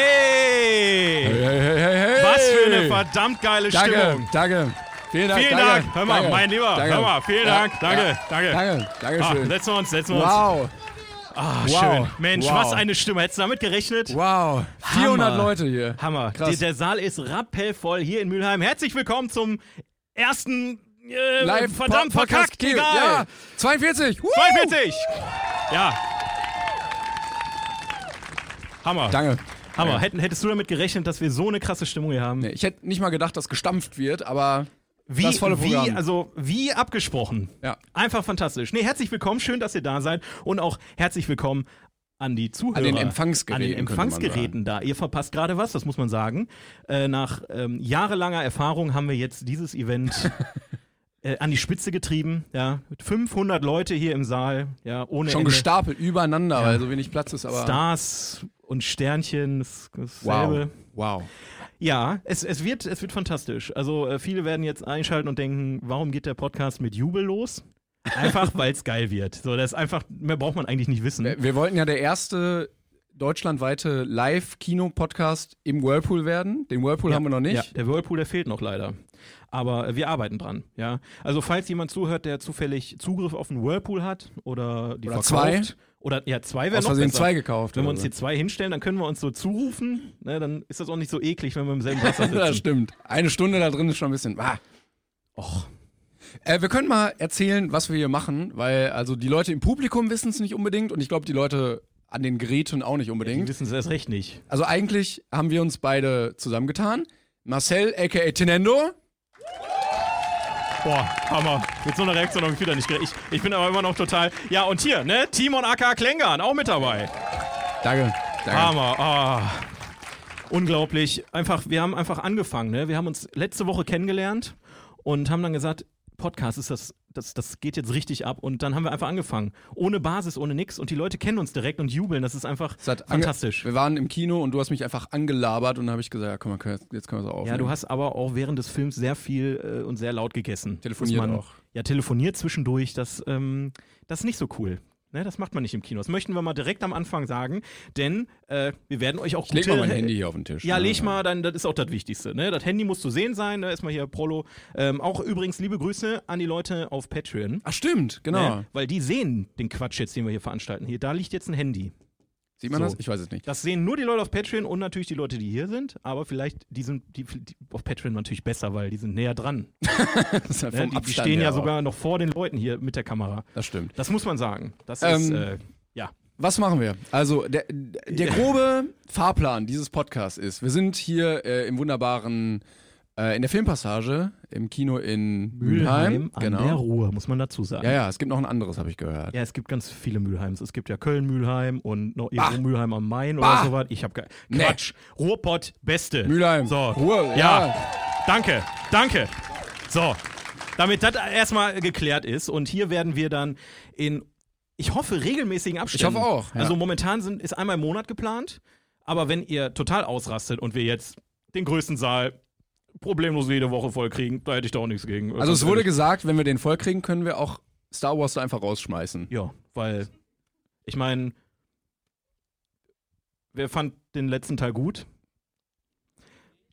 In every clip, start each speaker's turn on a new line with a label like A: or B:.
A: Hey!
B: Hey, hey, hey, hey.
A: Was für eine verdammt geile
B: Danke,
A: Stimmung.
B: danke. Vielen Dank.
A: Vielen
B: danke,
A: Dank. Hör mal,
B: danke,
A: mein Lieber.
B: danke.
A: Hör mal, vielen
B: Ja,
A: Dank. Danke,
B: ja,
A: danke.
B: Danke, danke
A: Ah,
B: schön.
A: setzen wir uns, setzen wir
B: Wow,
A: uns.
B: wow.
A: Schön. Mensch,
B: wow.
A: was eine Stimme. Hättest du damit gerechnet?
B: Wow, 400 Leute hier.
A: Hammer.
B: Krass.
A: Der, der Saal ist rappelvoll hier in Mülheim. Herzlich willkommen zum ersten äh,
B: Live
A: verdammt
B: Po- Podcast
A: verkackt.
B: Kiel.
A: Ja.
B: Ja, 42. Woo!
A: 42. Ja. Hammer.
B: Danke.
A: Hammer. Hätten, hättest du damit gerechnet, dass wir so eine krasse Stimmung hier haben?
B: Nee, Ich hätte nicht mal gedacht, dass gestampft wird, aber
A: Wie,
B: das volle
A: wie,
B: Programm.
A: also, wie abgesprochen.
B: Ja.
A: Einfach fantastisch. Nee, herzlich willkommen. Schön, dass ihr da seid. Und auch herzlich willkommen an die Zuhörer.
B: An den Empfangsgeräten,
A: An den
B: könnte man
A: Empfangsgeräten da. Ihr verpasst gerade was, das muss man sagen. Äh, nach ähm, jahrelanger Erfahrung haben wir jetzt dieses Event äh, an die Spitze getrieben. Ja, mit 500 Leute hier im Saal. Ja, ohne
B: schon
A: Ende.
B: gestapelt übereinander, weil so wenig Platz ist. Aber
A: Stars und Sternchen. Das, dasselbe.
B: wow, wow.
A: Ja, es, es, wird, es wird fantastisch. Also äh, viele werden jetzt einschalten und denken, warum geht der Podcast mit Jubel los? Einfach, weil es geil wird. So, das ist einfach, mehr braucht man eigentlich nicht wissen.
B: Äh, Wir wollten ja der erste deutschlandweite Live-Kino-Podcast im Whirlpool werden. Den Whirlpool haben wir noch nicht.
A: Ja, der Whirlpool, der fehlt noch leider. Aber äh, wir arbeiten dran, ja. Also falls jemand zuhört, der zufällig Zugriff auf einen Whirlpool hat oder die
B: Oder
A: verkauft.
B: zwei.
A: Oder ja, zwei wäre
B: Aus
A: noch
B: Versehen
A: besser.
B: zwei gekauft.
A: Wenn wir
B: oder
A: uns
B: so.
A: hier zwei hinstellen, dann können wir uns so zurufen. Ne, dann ist das auch nicht so eklig, wenn wir im selben Wasser
B: das
A: sitzen.
B: stimmt. Eine Stunde da drin ist schon ein bisschen. Ah.
A: Och.
B: Äh, wir können mal erzählen, was wir hier machen, weil also die Leute im Publikum wissen es nicht unbedingt und ich glaube, die Leute an den Geräten auch nicht
A: Die
B: unbedingt.
A: wissen es erst recht nicht.
B: Also eigentlich haben wir uns beide zusammengetan. Marcel, a.k.a. Tenendo.
A: Boah, Hammer. Mit so einer Reaktion habe ich wieder nicht gerechnet. Ich, ich bin aber immer noch total. Ja, und hier, ne? Timon aka Klängern, auch mit dabei.
B: Danke. Danke.
A: Hammer. Ah. Unglaublich. Einfach, wir haben einfach angefangen, ne? Wir haben uns letzte Woche kennengelernt und haben dann gesagt, Podcast ist das. Das, das geht jetzt richtig ab und dann haben wir einfach angefangen. Ohne Basis, ohne nix und die Leute kennen uns direkt und jubeln. Das ist einfach
B: Es hat ange-
A: fantastisch.
B: Wir waren im Kino und du hast mich einfach angelabert und dann habe ich gesagt, ja, komm, mal, jetzt können wir so aufnehmen.
A: Ja, du hast aber auch während des Films sehr viel äh, und sehr laut gegessen.
B: Telefoniert
A: Muss man,
B: auch.
A: Ja, telefoniert zwischendurch, das, ähm, das ist nicht so cool. Ne, das macht man nicht im Kino. Das möchten wir mal direkt am Anfang sagen, denn äh, wir werden euch auch
B: Ich leg
A: gute-
B: mal mein Handy hier auf den Tisch.
A: Ja,
B: ne?
A: leg mal, dann, das ist auch das Wichtigste. Ne? Das Handy muss zu sehen sein, ne? erstmal hier Prolo. Ähm, auch übrigens liebe Grüße an die Leute auf Patreon.
B: Ach, stimmt, genau.
A: Ne? Weil die sehen den Quatsch jetzt, den wir hier veranstalten. Hier, da liegt jetzt ein Handy.
B: Sieht man
A: So.
B: das? Ich weiß es nicht.
A: Das sehen nur die Leute auf Patreon und natürlich die Leute, die hier sind, aber vielleicht die sind die, die auf Patreon natürlich besser, weil die sind näher dran.
B: Das ist ja
A: Ne?
B: vom
A: Die, die
B: Abstand
A: stehen ja
B: her
A: sogar noch vor den Leuten hier mit der Kamera.
B: Auch. Das stimmt.
A: Das muss man sagen. Das
B: Ähm,
A: ist äh, ja.
B: Was machen wir? Also, der, der grobe Fahrplan dieses Podcasts ist, wir sind hier äh, im wunderbaren, äh, in der Filmpassage, im Kino in Mülheim.
A: an der
B: Genau.
A: Ruhe, muss man dazu sagen.
B: Ja, ja, es gibt noch ein anderes, habe ich gehört.
A: Ja, es gibt ganz viele Mülheims. Es gibt ja Köln-Mülheim und noch
B: Bah.
A: irgendwo Mülheim am Main
B: Bah.
A: oder sowas. Ich hab ge-
B: Nee.
A: Quatsch. Ruhrpott, beste.
B: Mülheim.
A: So.
B: Ruhe,
A: Ja.
B: ja.
A: Danke. Danke. So. Damit das erstmal geklärt ist und hier werden wir dann in ich hoffe regelmäßigen Abständen.
B: hoffe auch, ja.
A: Also momentan sind ist einmal im Monat geplant, aber wenn ihr total ausrastet und wir jetzt den größten Saal problemlos jede Woche vollkriegen, da hätte ich doch nichts gegen.
B: Also, es
A: Ganz
B: wurde
A: ehrlich.
B: gesagt, wenn wir den voll kriegen, können wir auch Star Wars da einfach rausschmeißen.
A: Ja, weil ich meine, wer fand den letzten Teil gut?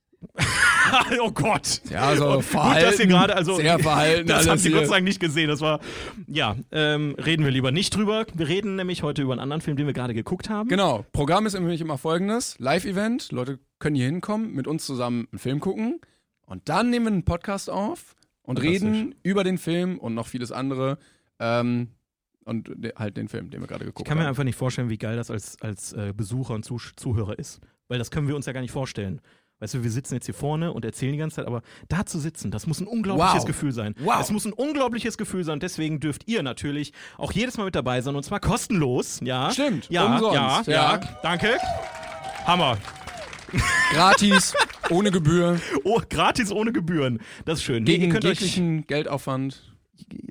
A: oh Gott.
B: Ja, also verhalten.
A: Gut, dass ihr gerade, also
B: sehr verhalten
A: das
B: alles
A: haben sie
B: hier.
A: Gott sei Dank nicht gesehen. Das war, ja, ähm, reden wir lieber nicht drüber. Wir reden nämlich heute über einen anderen Film, den wir gerade geguckt haben.
B: Genau, Programm ist nämlich immer folgendes: Live-Event, Leute können hier hinkommen, mit uns zusammen einen Film gucken und dann nehmen wir einen Podcast auf und reden über den Film und noch vieles andere ähm, und de halt den Film, den wir gerade
A: Ich
B: geguckt
A: kann mir
B: haben.
A: einfach nicht vorstellen, wie geil das als, als äh, Besucher und Zuh Zuhörer ist. Weil das können wir uns ja gar nicht vorstellen. Weißt du, wir sitzen jetzt hier vorne und erzählen die ganze Zeit, aber da zu sitzen, das muss ein unglaubliches
B: Wow.
A: Gefühl sein.
B: Wow.
A: Das muss ein unglaubliches Gefühl sein. Deswegen dürft ihr natürlich auch jedes Mal mit dabei sein und zwar kostenlos. Ja.
B: Stimmt,
A: Ja,
B: umsonst,
A: ja, ja.
B: ja.
A: Danke. Hammer.
B: Gratis, ohne Gebühr,
A: Oh, gratis ohne Gebühren. Das ist schön. Nee, ihr
B: gegen
A: könnt euch,
B: jeglichen Geldaufwand.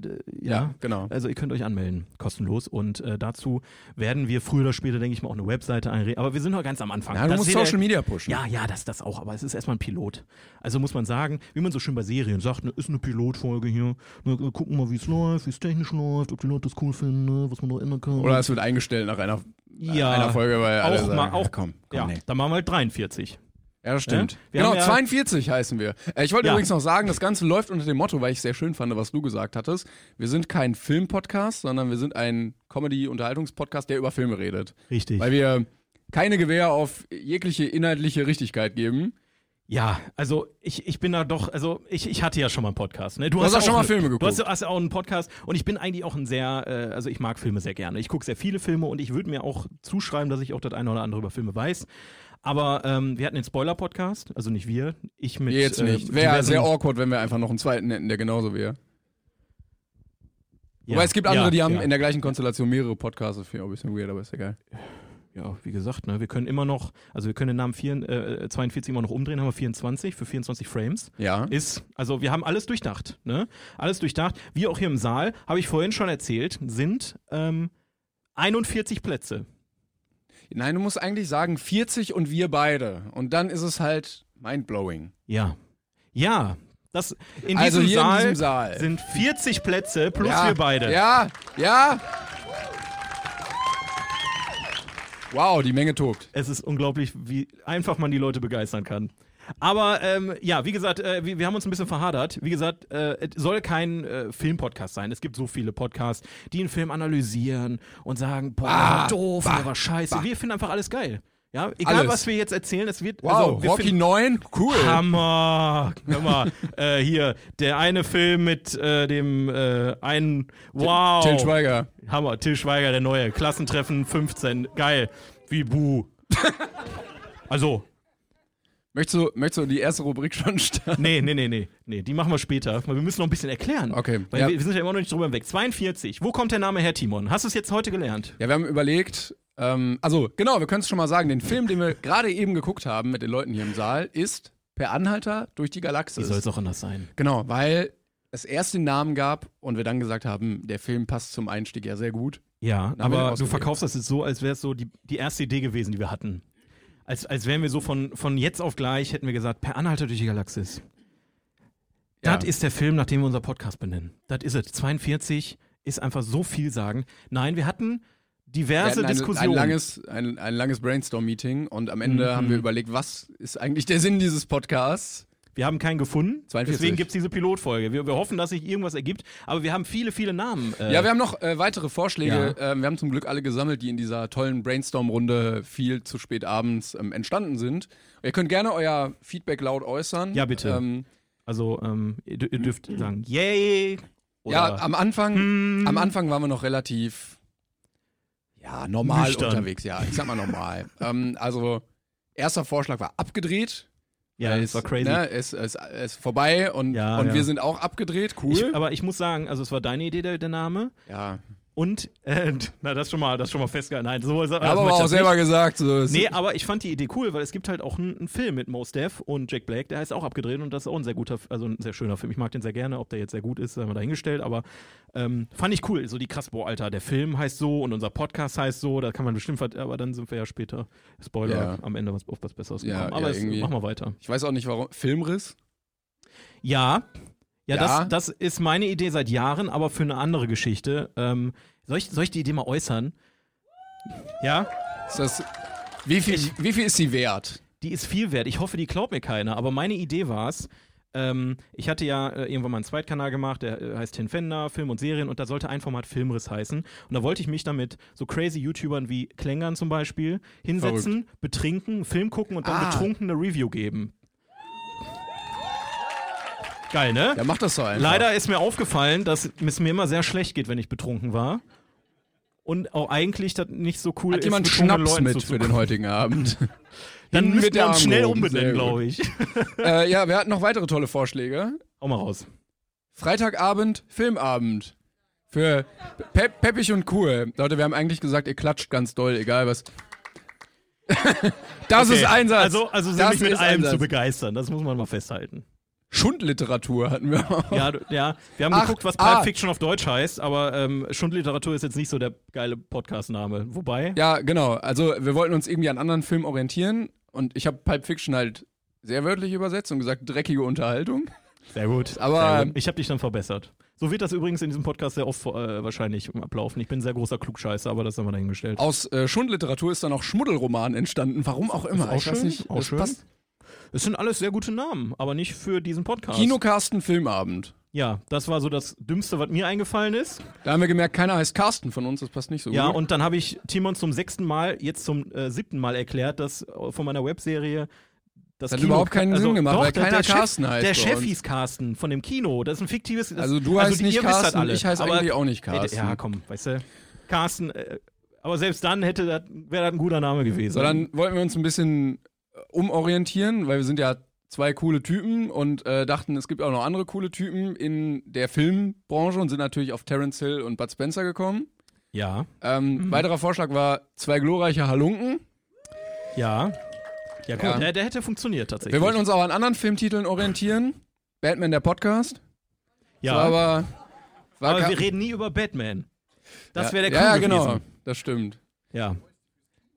A: äh, ja,
B: genau.
A: Also ihr könnt euch anmelden, kostenlos. Und äh, dazu werden wir früher oder später, denke ich mal, auch eine Webseite einrichten. Aber wir sind noch ganz am Anfang.
B: Ja, du
A: Das
B: musst
A: seht ihr-
B: Social Media pushen.
A: Ja, ja, das, das auch, aber es ist erstmal ein Pilot. Also muss man sagen, wie man so schön bei Serien sagt, ne, ist eine Pilotfolge hier. Ne, äh, gucken mal, wie es läuft, wie es technisch läuft, ob die Leute das cool finden, ne, was man noch ändern kann.
B: Oder es wird eingestellt nach einer,
A: ja,
B: einer Folge, weil alle
A: auch
B: sagen,
A: mal, auch,
B: ja, komm, komm,
A: ja,
B: nee.
A: dann machen wir halt 43.
B: Ja, das stimmt.
A: Ne? Wir
B: Genau,
A: haben ja-
B: 42 heißen wir. Äh, Ich wollte
A: Ja.
B: übrigens noch sagen, das Ganze läuft unter dem Motto, weil ich sehr schön fand, was du gesagt hattest. Wir sind kein Film-Podcast, sondern wir sind ein Comedy-Unterhaltungspodcast, der über Filme redet.
A: Richtig.
B: Weil wir keine Gewähr auf jegliche inhaltliche Richtigkeit geben.
A: Ja, also ich, ich bin da doch, also ich, ich hatte ja schon mal einen Podcast. Ne? Du,
B: hast
A: ja
B: auch schon mal
A: eine-
B: Filme
A: Du hast,
B: geguckt.
A: ja- hast ja auch einen Podcast und ich bin eigentlich auch ein sehr, äh, also ich mag Filme sehr gerne. Ich gucke sehr viele Filme und ich würde mir auch zuschreiben, dass ich auch das eine oder andere über Filme weiß. Aber ähm, wir hatten den Spoiler-Podcast, also nicht wir, ich mit.
B: Wir jetzt nicht.
A: Äh,
B: Wäre
A: diversen-
B: sehr awkward, wenn wir einfach noch einen zweiten hätten, der genauso wäre.
A: ja,
B: Wobei es gibt andere,
A: ja,
B: die haben
A: ja.
B: in der gleichen Konstellation mehrere Podcasts. Finde ich auch ein bisschen weird, aber ist egal.
A: Ja, wie gesagt, ne, wir können immer noch, also wir können den Namen vier, äh, 42 immer noch umdrehen, haben wir 24 für 24 Frames.
B: Ja.
A: ist, also wir haben alles durchdacht, ne? Alles durchdacht. Wir auch hier im Saal, habe ich vorhin schon erzählt, sind ähm, 41 Plätze.
B: Nein, du musst eigentlich sagen 40 und wir beide. Und dann ist es halt mindblowing.
A: Ja. Ja. Das, in,
B: Also
A: diesem
B: hier in
A: Saal
B: diesem
A: sind
B: Saal.
A: 40 Plätze plus
B: ja.
A: wir beide.
B: Ja, ja. Wow, die Menge tobt.
A: Es ist unglaublich, wie einfach man die Leute begeistern kann. Aber ähm, ja, wie gesagt, äh, wir, wir haben uns ein bisschen verhadert. Wie gesagt, äh, es soll kein äh, Filmpodcast sein. Es gibt so viele Podcasts, die einen Film analysieren und sagen, boah, der war doof, der war scheiße. Wir finden einfach alles geil. Ja, egal
B: Alles.
A: was wir jetzt erzählen, es wird
B: Wow,
A: also, wir
B: Rocky
A: finden-
B: 9, cool.
A: Hammer, hör mal, äh, hier der eine Film mit äh, dem äh, einen Wow,
B: Till Schweiger.
A: Hammer, Till Schweiger, der neue. Klassentreffen 15. Geil. Wie Bu. also,
B: Möchtest du, möchtest du die erste Rubrik schon starten?
A: nee, nee, nee, nee, nee. Die machen wir später, weil wir müssen noch ein bisschen erklären.
B: Okay,
A: Weil
B: ja.
A: wir, wir sind ja immer noch nicht drüber hinweg. 42. Wo kommt der Name her, Timon? Hast du es jetzt heute gelernt?
B: Ja, wir haben überlegt, ähm, also genau, wir können es schon mal sagen, den Film, den wir gerade eben geguckt haben mit den Leuten hier im Saal, ist Per Anhalter durch die
A: Wie
B: Galaxis.
A: soll es auch anders sein?
B: Genau, weil es erst den Namen gab und wir dann gesagt haben, der Film passt zum Einstieg ja sehr gut.
A: Ja,
B: haben wir
A: aber du
B: rausgegeben.
A: verkaufst das jetzt so, als wäre es so die, die erste Idee gewesen, die wir hatten. Als, als wären wir so von, von jetzt auf gleich, hätten wir gesagt, per Anhalter durch die Galaxis.
B: Ja.
A: Das ist der Film, nach dem wir unser Podcast benennen. Das ist es. 42 ist einfach so viel sagen. Nein, wir hatten
B: Wir
A: diverse
B: hatten ein, ein
A: Diskussionen.
B: langes, ein, ein langes Brainstorm-Meeting und am Ende haben
A: Mhm.
B: wir überlegt, was ist eigentlich der Sinn dieses Podcasts?
A: wir haben keinen gefunden.
B: 42.
A: Deswegen gibt es diese Pilotfolge. Wir, wir hoffen, dass sich irgendwas ergibt. Aber wir haben viele, viele Namen. äh,
B: Ja, wir haben noch äh, weitere Vorschläge. Ähm, wir haben zum Glück alle gesammelt, die in dieser tollen Brainstorm-Runde viel zu spät abends ähm, entstanden sind. Ihr könnt gerne euer Feedback laut äußern.
A: Ja, bitte.
B: Ähm,
A: also, ähm, ihr, dür- ihr dürft sagen, yay. Oder Hm.
B: ja, am Anfang, am Anfang waren wir noch relativ ja, normal
A: Nüchtern.
B: unterwegs, ja. Ich sag mal normal. ähm, also, erster Vorschlag war abgedreht.
A: ja, das war crazy.
B: Ne, es ist, ist vorbei und,
A: Ja,
B: und
A: ja.
B: wir sind auch abgedreht, cool.
A: Ich, aber ich muss sagen, also es war deine Idee, der, der Name.
B: ja.
A: Und, äh, na, das schon mal, das schon mal festgehalten. Nein, also so, so,
B: Haben wir auch selber gesagt. So, es-
A: Nee, aber ich fand die Idee cool, weil es gibt halt auch einen, einen Film mit Mos Def und Jack Black, der heißt auch abgedreht und das ist auch ein sehr guter, also ein sehr schöner Film. Ich mag den sehr gerne, ob der jetzt sehr gut ist, sei mal dahingestellt, aber ähm, fand ich cool. So die krass, boah, Alter, der Film heißt so und unser Podcast heißt so, da kann man bestimmt, ver- aber dann sind wir ja später, Spoiler,
B: Ja.
A: am Ende was, auf was Besseres
B: Ja,
A: gekommen. Aber
B: ja,
A: es,
B: irgendwie.
A: machen wir weiter.
B: Ich weiß auch nicht warum. Filmriss?
A: Ja, ja,
B: Ja.
A: Das, das ist meine Idee seit Jahren, aber für eine andere Geschichte. Ähm, soll, ich, soll ich die Idee mal äußern? Ja,
B: Ist das, wie, viel, wie viel ist sie wert?
A: die ist viel wert. Ich hoffe, die glaubt mir keiner, aber meine Idee war es. Ähm, ich hatte ja äh, irgendwann mal einen Zweitkanal gemacht, der äh, heißt Tin Fender, Film und Serien und da sollte ein Format Filmriss heißen. Und da wollte ich mich damit so crazy YouTubern wie Klängern zum Beispiel hinsetzen, betrinken, einen Film gucken und dann
B: Ah.
A: betrunken eine Review geben. Geil, ne?
B: Ja, mach das so einfach.
A: Leider ist mir aufgefallen, dass es mir immer sehr schlecht geht, wenn ich betrunken war. und auch eigentlich das nicht so cool
B: Hat
A: ist.
B: jemand
A: mit jungen
B: Schnaps
A: Leuten
B: mit
A: zu-
B: für den heutigen Abend?
A: Dann
B: Hin
A: müssen
B: mit
A: wir
B: der
A: uns schnell
B: Armut. Sehr
A: umbenennen,
B: gut.
A: glaube ich.
B: äh, ja, wir hatten noch weitere tolle Vorschläge.
A: Auch mal raus.
B: Freitagabend, Filmabend. Für Pe Peppig und Cool. Leute, wir haben eigentlich gesagt, ihr klatscht ganz doll, egal was. das
A: Okay.
B: ist Einsatz.
A: Also, also sind
B: Das
A: nicht mit
B: ist
A: allem zu
B: Einsatz.
A: begeistern, das muss man mal festhalten.
B: Schundliteratur hatten wir auch.
A: Ja, du- ja. wir haben
B: Ach,
A: geguckt, was Pulp
B: ah.
A: Fiction auf Deutsch heißt, aber ähm, Schundliteratur ist jetzt nicht so der geile Podcast-Name. Wobei,
B: Ja, genau. Also wir wollten uns irgendwie an anderen Filmen orientieren und ich habe Pipe Fiction halt sehr wörtlich übersetzt und gesagt, dreckige Unterhaltung.
A: sehr gut.
B: Aber- ähm,
A: sehr gut. ich habe dich dann verbessert. So wird das übrigens in diesem Podcast sehr oft äh, wahrscheinlich ablaufen. Ich bin ein sehr großer Klugscheißer, aber das haben wir dahingestellt.
B: Aus äh, Schundliteratur ist dann auch Schmuddelroman entstanden, warum auch immer.
A: Ist auch
B: ich weiß
A: schön,
B: nicht,
A: auch
B: das
A: schön.
B: passt.
A: Es sind alles sehr gute Namen, aber nicht für diesen Podcast.
B: Kinocarsten Filmabend.
A: Ja, das war so das Dümmste, was mir eingefallen ist.
B: Da haben wir gemerkt, keiner heißt Carsten von uns, das passt nicht so
A: Ja,
B: gut.
A: und dann habe ich Timon zum sechsten Mal, jetzt zum äh, siebten Mal erklärt, dass äh, von meiner Webserie das
B: Hat
A: Kino, Also
B: überhaupt keinen Sinn gemacht,
A: doch,
B: weil
A: der-
B: keiner
A: der Chef,
B: Carsten heißt
A: Der
B: bei
A: Chef
B: uns.
A: hieß Carsten von dem Kino. Das ist ein fiktives. Das,
B: also du heißt
A: die-
B: nicht
A: ihr wisst das
B: Carsten,
A: alle.
B: ich heiße
A: Aber-
B: eigentlich auch nicht Carsten.
A: Ja, komm, weißt du. Carsten, äh, aber selbst dann hätte das- wäre das ein guter Name gewesen.
B: So, dann wollten wir uns ein bisschen äh, umorientieren, weil wir sind ja zwei coole Typen und äh, dachten, es gibt auch noch andere coole Typen in der Filmbranche und sind natürlich auf Terence Hill und Bud Spencer gekommen.
A: ja, Mhm.
B: Ähm, Weiterer Vorschlag war zwei glorreiche Halunken.
A: ja. Ja, gut,
B: Ja.
A: Der, der hätte funktioniert tatsächlich.
B: Wir wollten uns auch an anderen Filmtiteln orientieren. Batman der Podcast.
A: ja,
B: War aber war
A: aber
B: ka-
A: wir reden nie über Batman. Das
B: Ja,
A: wäre der Clou
B: Ja, ja,
A: gewesen.
B: genau, das stimmt.
A: Ja,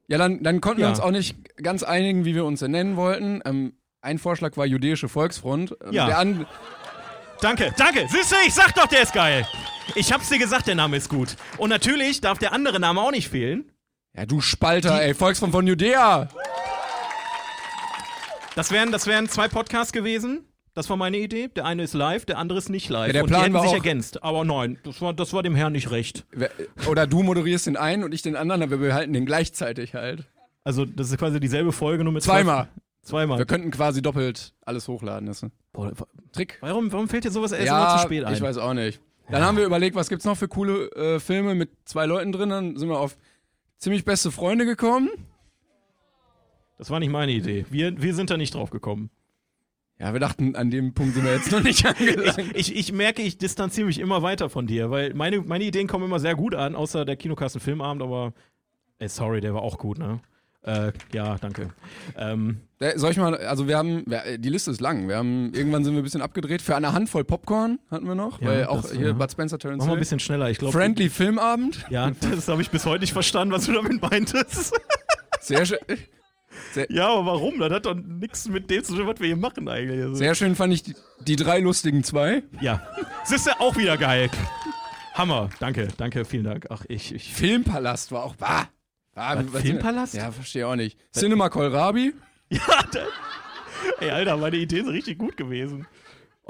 B: Ja, dann, dann konnten wir
A: Ja.
B: uns auch nicht ganz einigen, wie wir uns denn nennen wollten. Ähm, ein Vorschlag war Jüdische Volksfront. Ähm,
A: Ja.
B: Der an
A: Danke, danke. Siehst du, ich sag doch, der ist geil. Ich hab's dir gesagt, der Name ist gut. Und natürlich darf der andere Name auch nicht fehlen.
B: ja, du Spalter, ey, Volksfront von Judäa.
A: Das wären, das wären zwei Podcasts gewesen. Das war meine Idee. Der eine ist live, der andere ist nicht live.
B: Ja, der
A: Und
B: Plan
A: die hätten
B: war
A: sich
B: auch-
A: ergänzt. Aber nein, das war, das war dem Herrn nicht recht.
B: Wer- Oder du moderierst den einen und ich den anderen, aber wir behalten den gleichzeitig halt.
A: Also, das ist quasi dieselbe Folge, nur mit zwei-
B: Zweimal.
A: Zweimal.
B: Wir könnten quasi doppelt alles hochladen. Das ist ein
A: Boah, wa-
B: Trick.
A: warum, warum fällt dir sowas erst
B: ja,
A: immer zu spät ein?
B: ich weiß auch nicht. Dann haben wir überlegt, was gibt's noch für coole äh, Filme mit zwei Leuten drin. Dann sind wir auf ziemlich beste Freunde gekommen.
A: Das war nicht meine Idee. Wir, wir sind da nicht drauf gekommen.
B: Ja, wir dachten, an dem Punkt sind wir jetzt noch nicht angelangt.
A: Ich, ich merke, ich distanziere mich immer weiter von dir, weil meine, meine Ideen kommen immer sehr gut an, außer der Kinokasten Filmabend, aber ey, sorry, der war auch gut, ne? Äh, ja, danke. Ähm,
B: Äh, Soll ich mal, also wir haben, wir- äh, die Liste ist lang. Wir haben, irgendwann sind wir ein bisschen abgedreht. Für eine Handvoll Popcorn hatten wir noch,
A: Ja,
B: weil auch
A: das,
B: hier
A: ja.
B: Bud Spencer, Terence
A: mach mal ein
B: Hill.
A: bisschen schneller, ich glaube.
B: Friendly Filmabend.
A: Ja, das habe ich bis heute nicht verstanden, was du damit meintest.
B: Sehr schön.
A: ja, aber warum? Das hat doch nichts mit dem zu tun, was wir hier machen eigentlich. Also,
B: Sehr schön fand ich die, die drei lustigen zwei.
A: ja. Das ist ja auch wieder geil. Hammer. Danke, danke, vielen Dank. Ach, ich, ich
B: Filmpalast war auch. Bah, bah,
A: Was, Filmpalast?
B: Ja, verstehe auch nicht. Cinema Kohlrabi.
A: Ja, da, ey, Alter, meine Ideen sind richtig gut gewesen.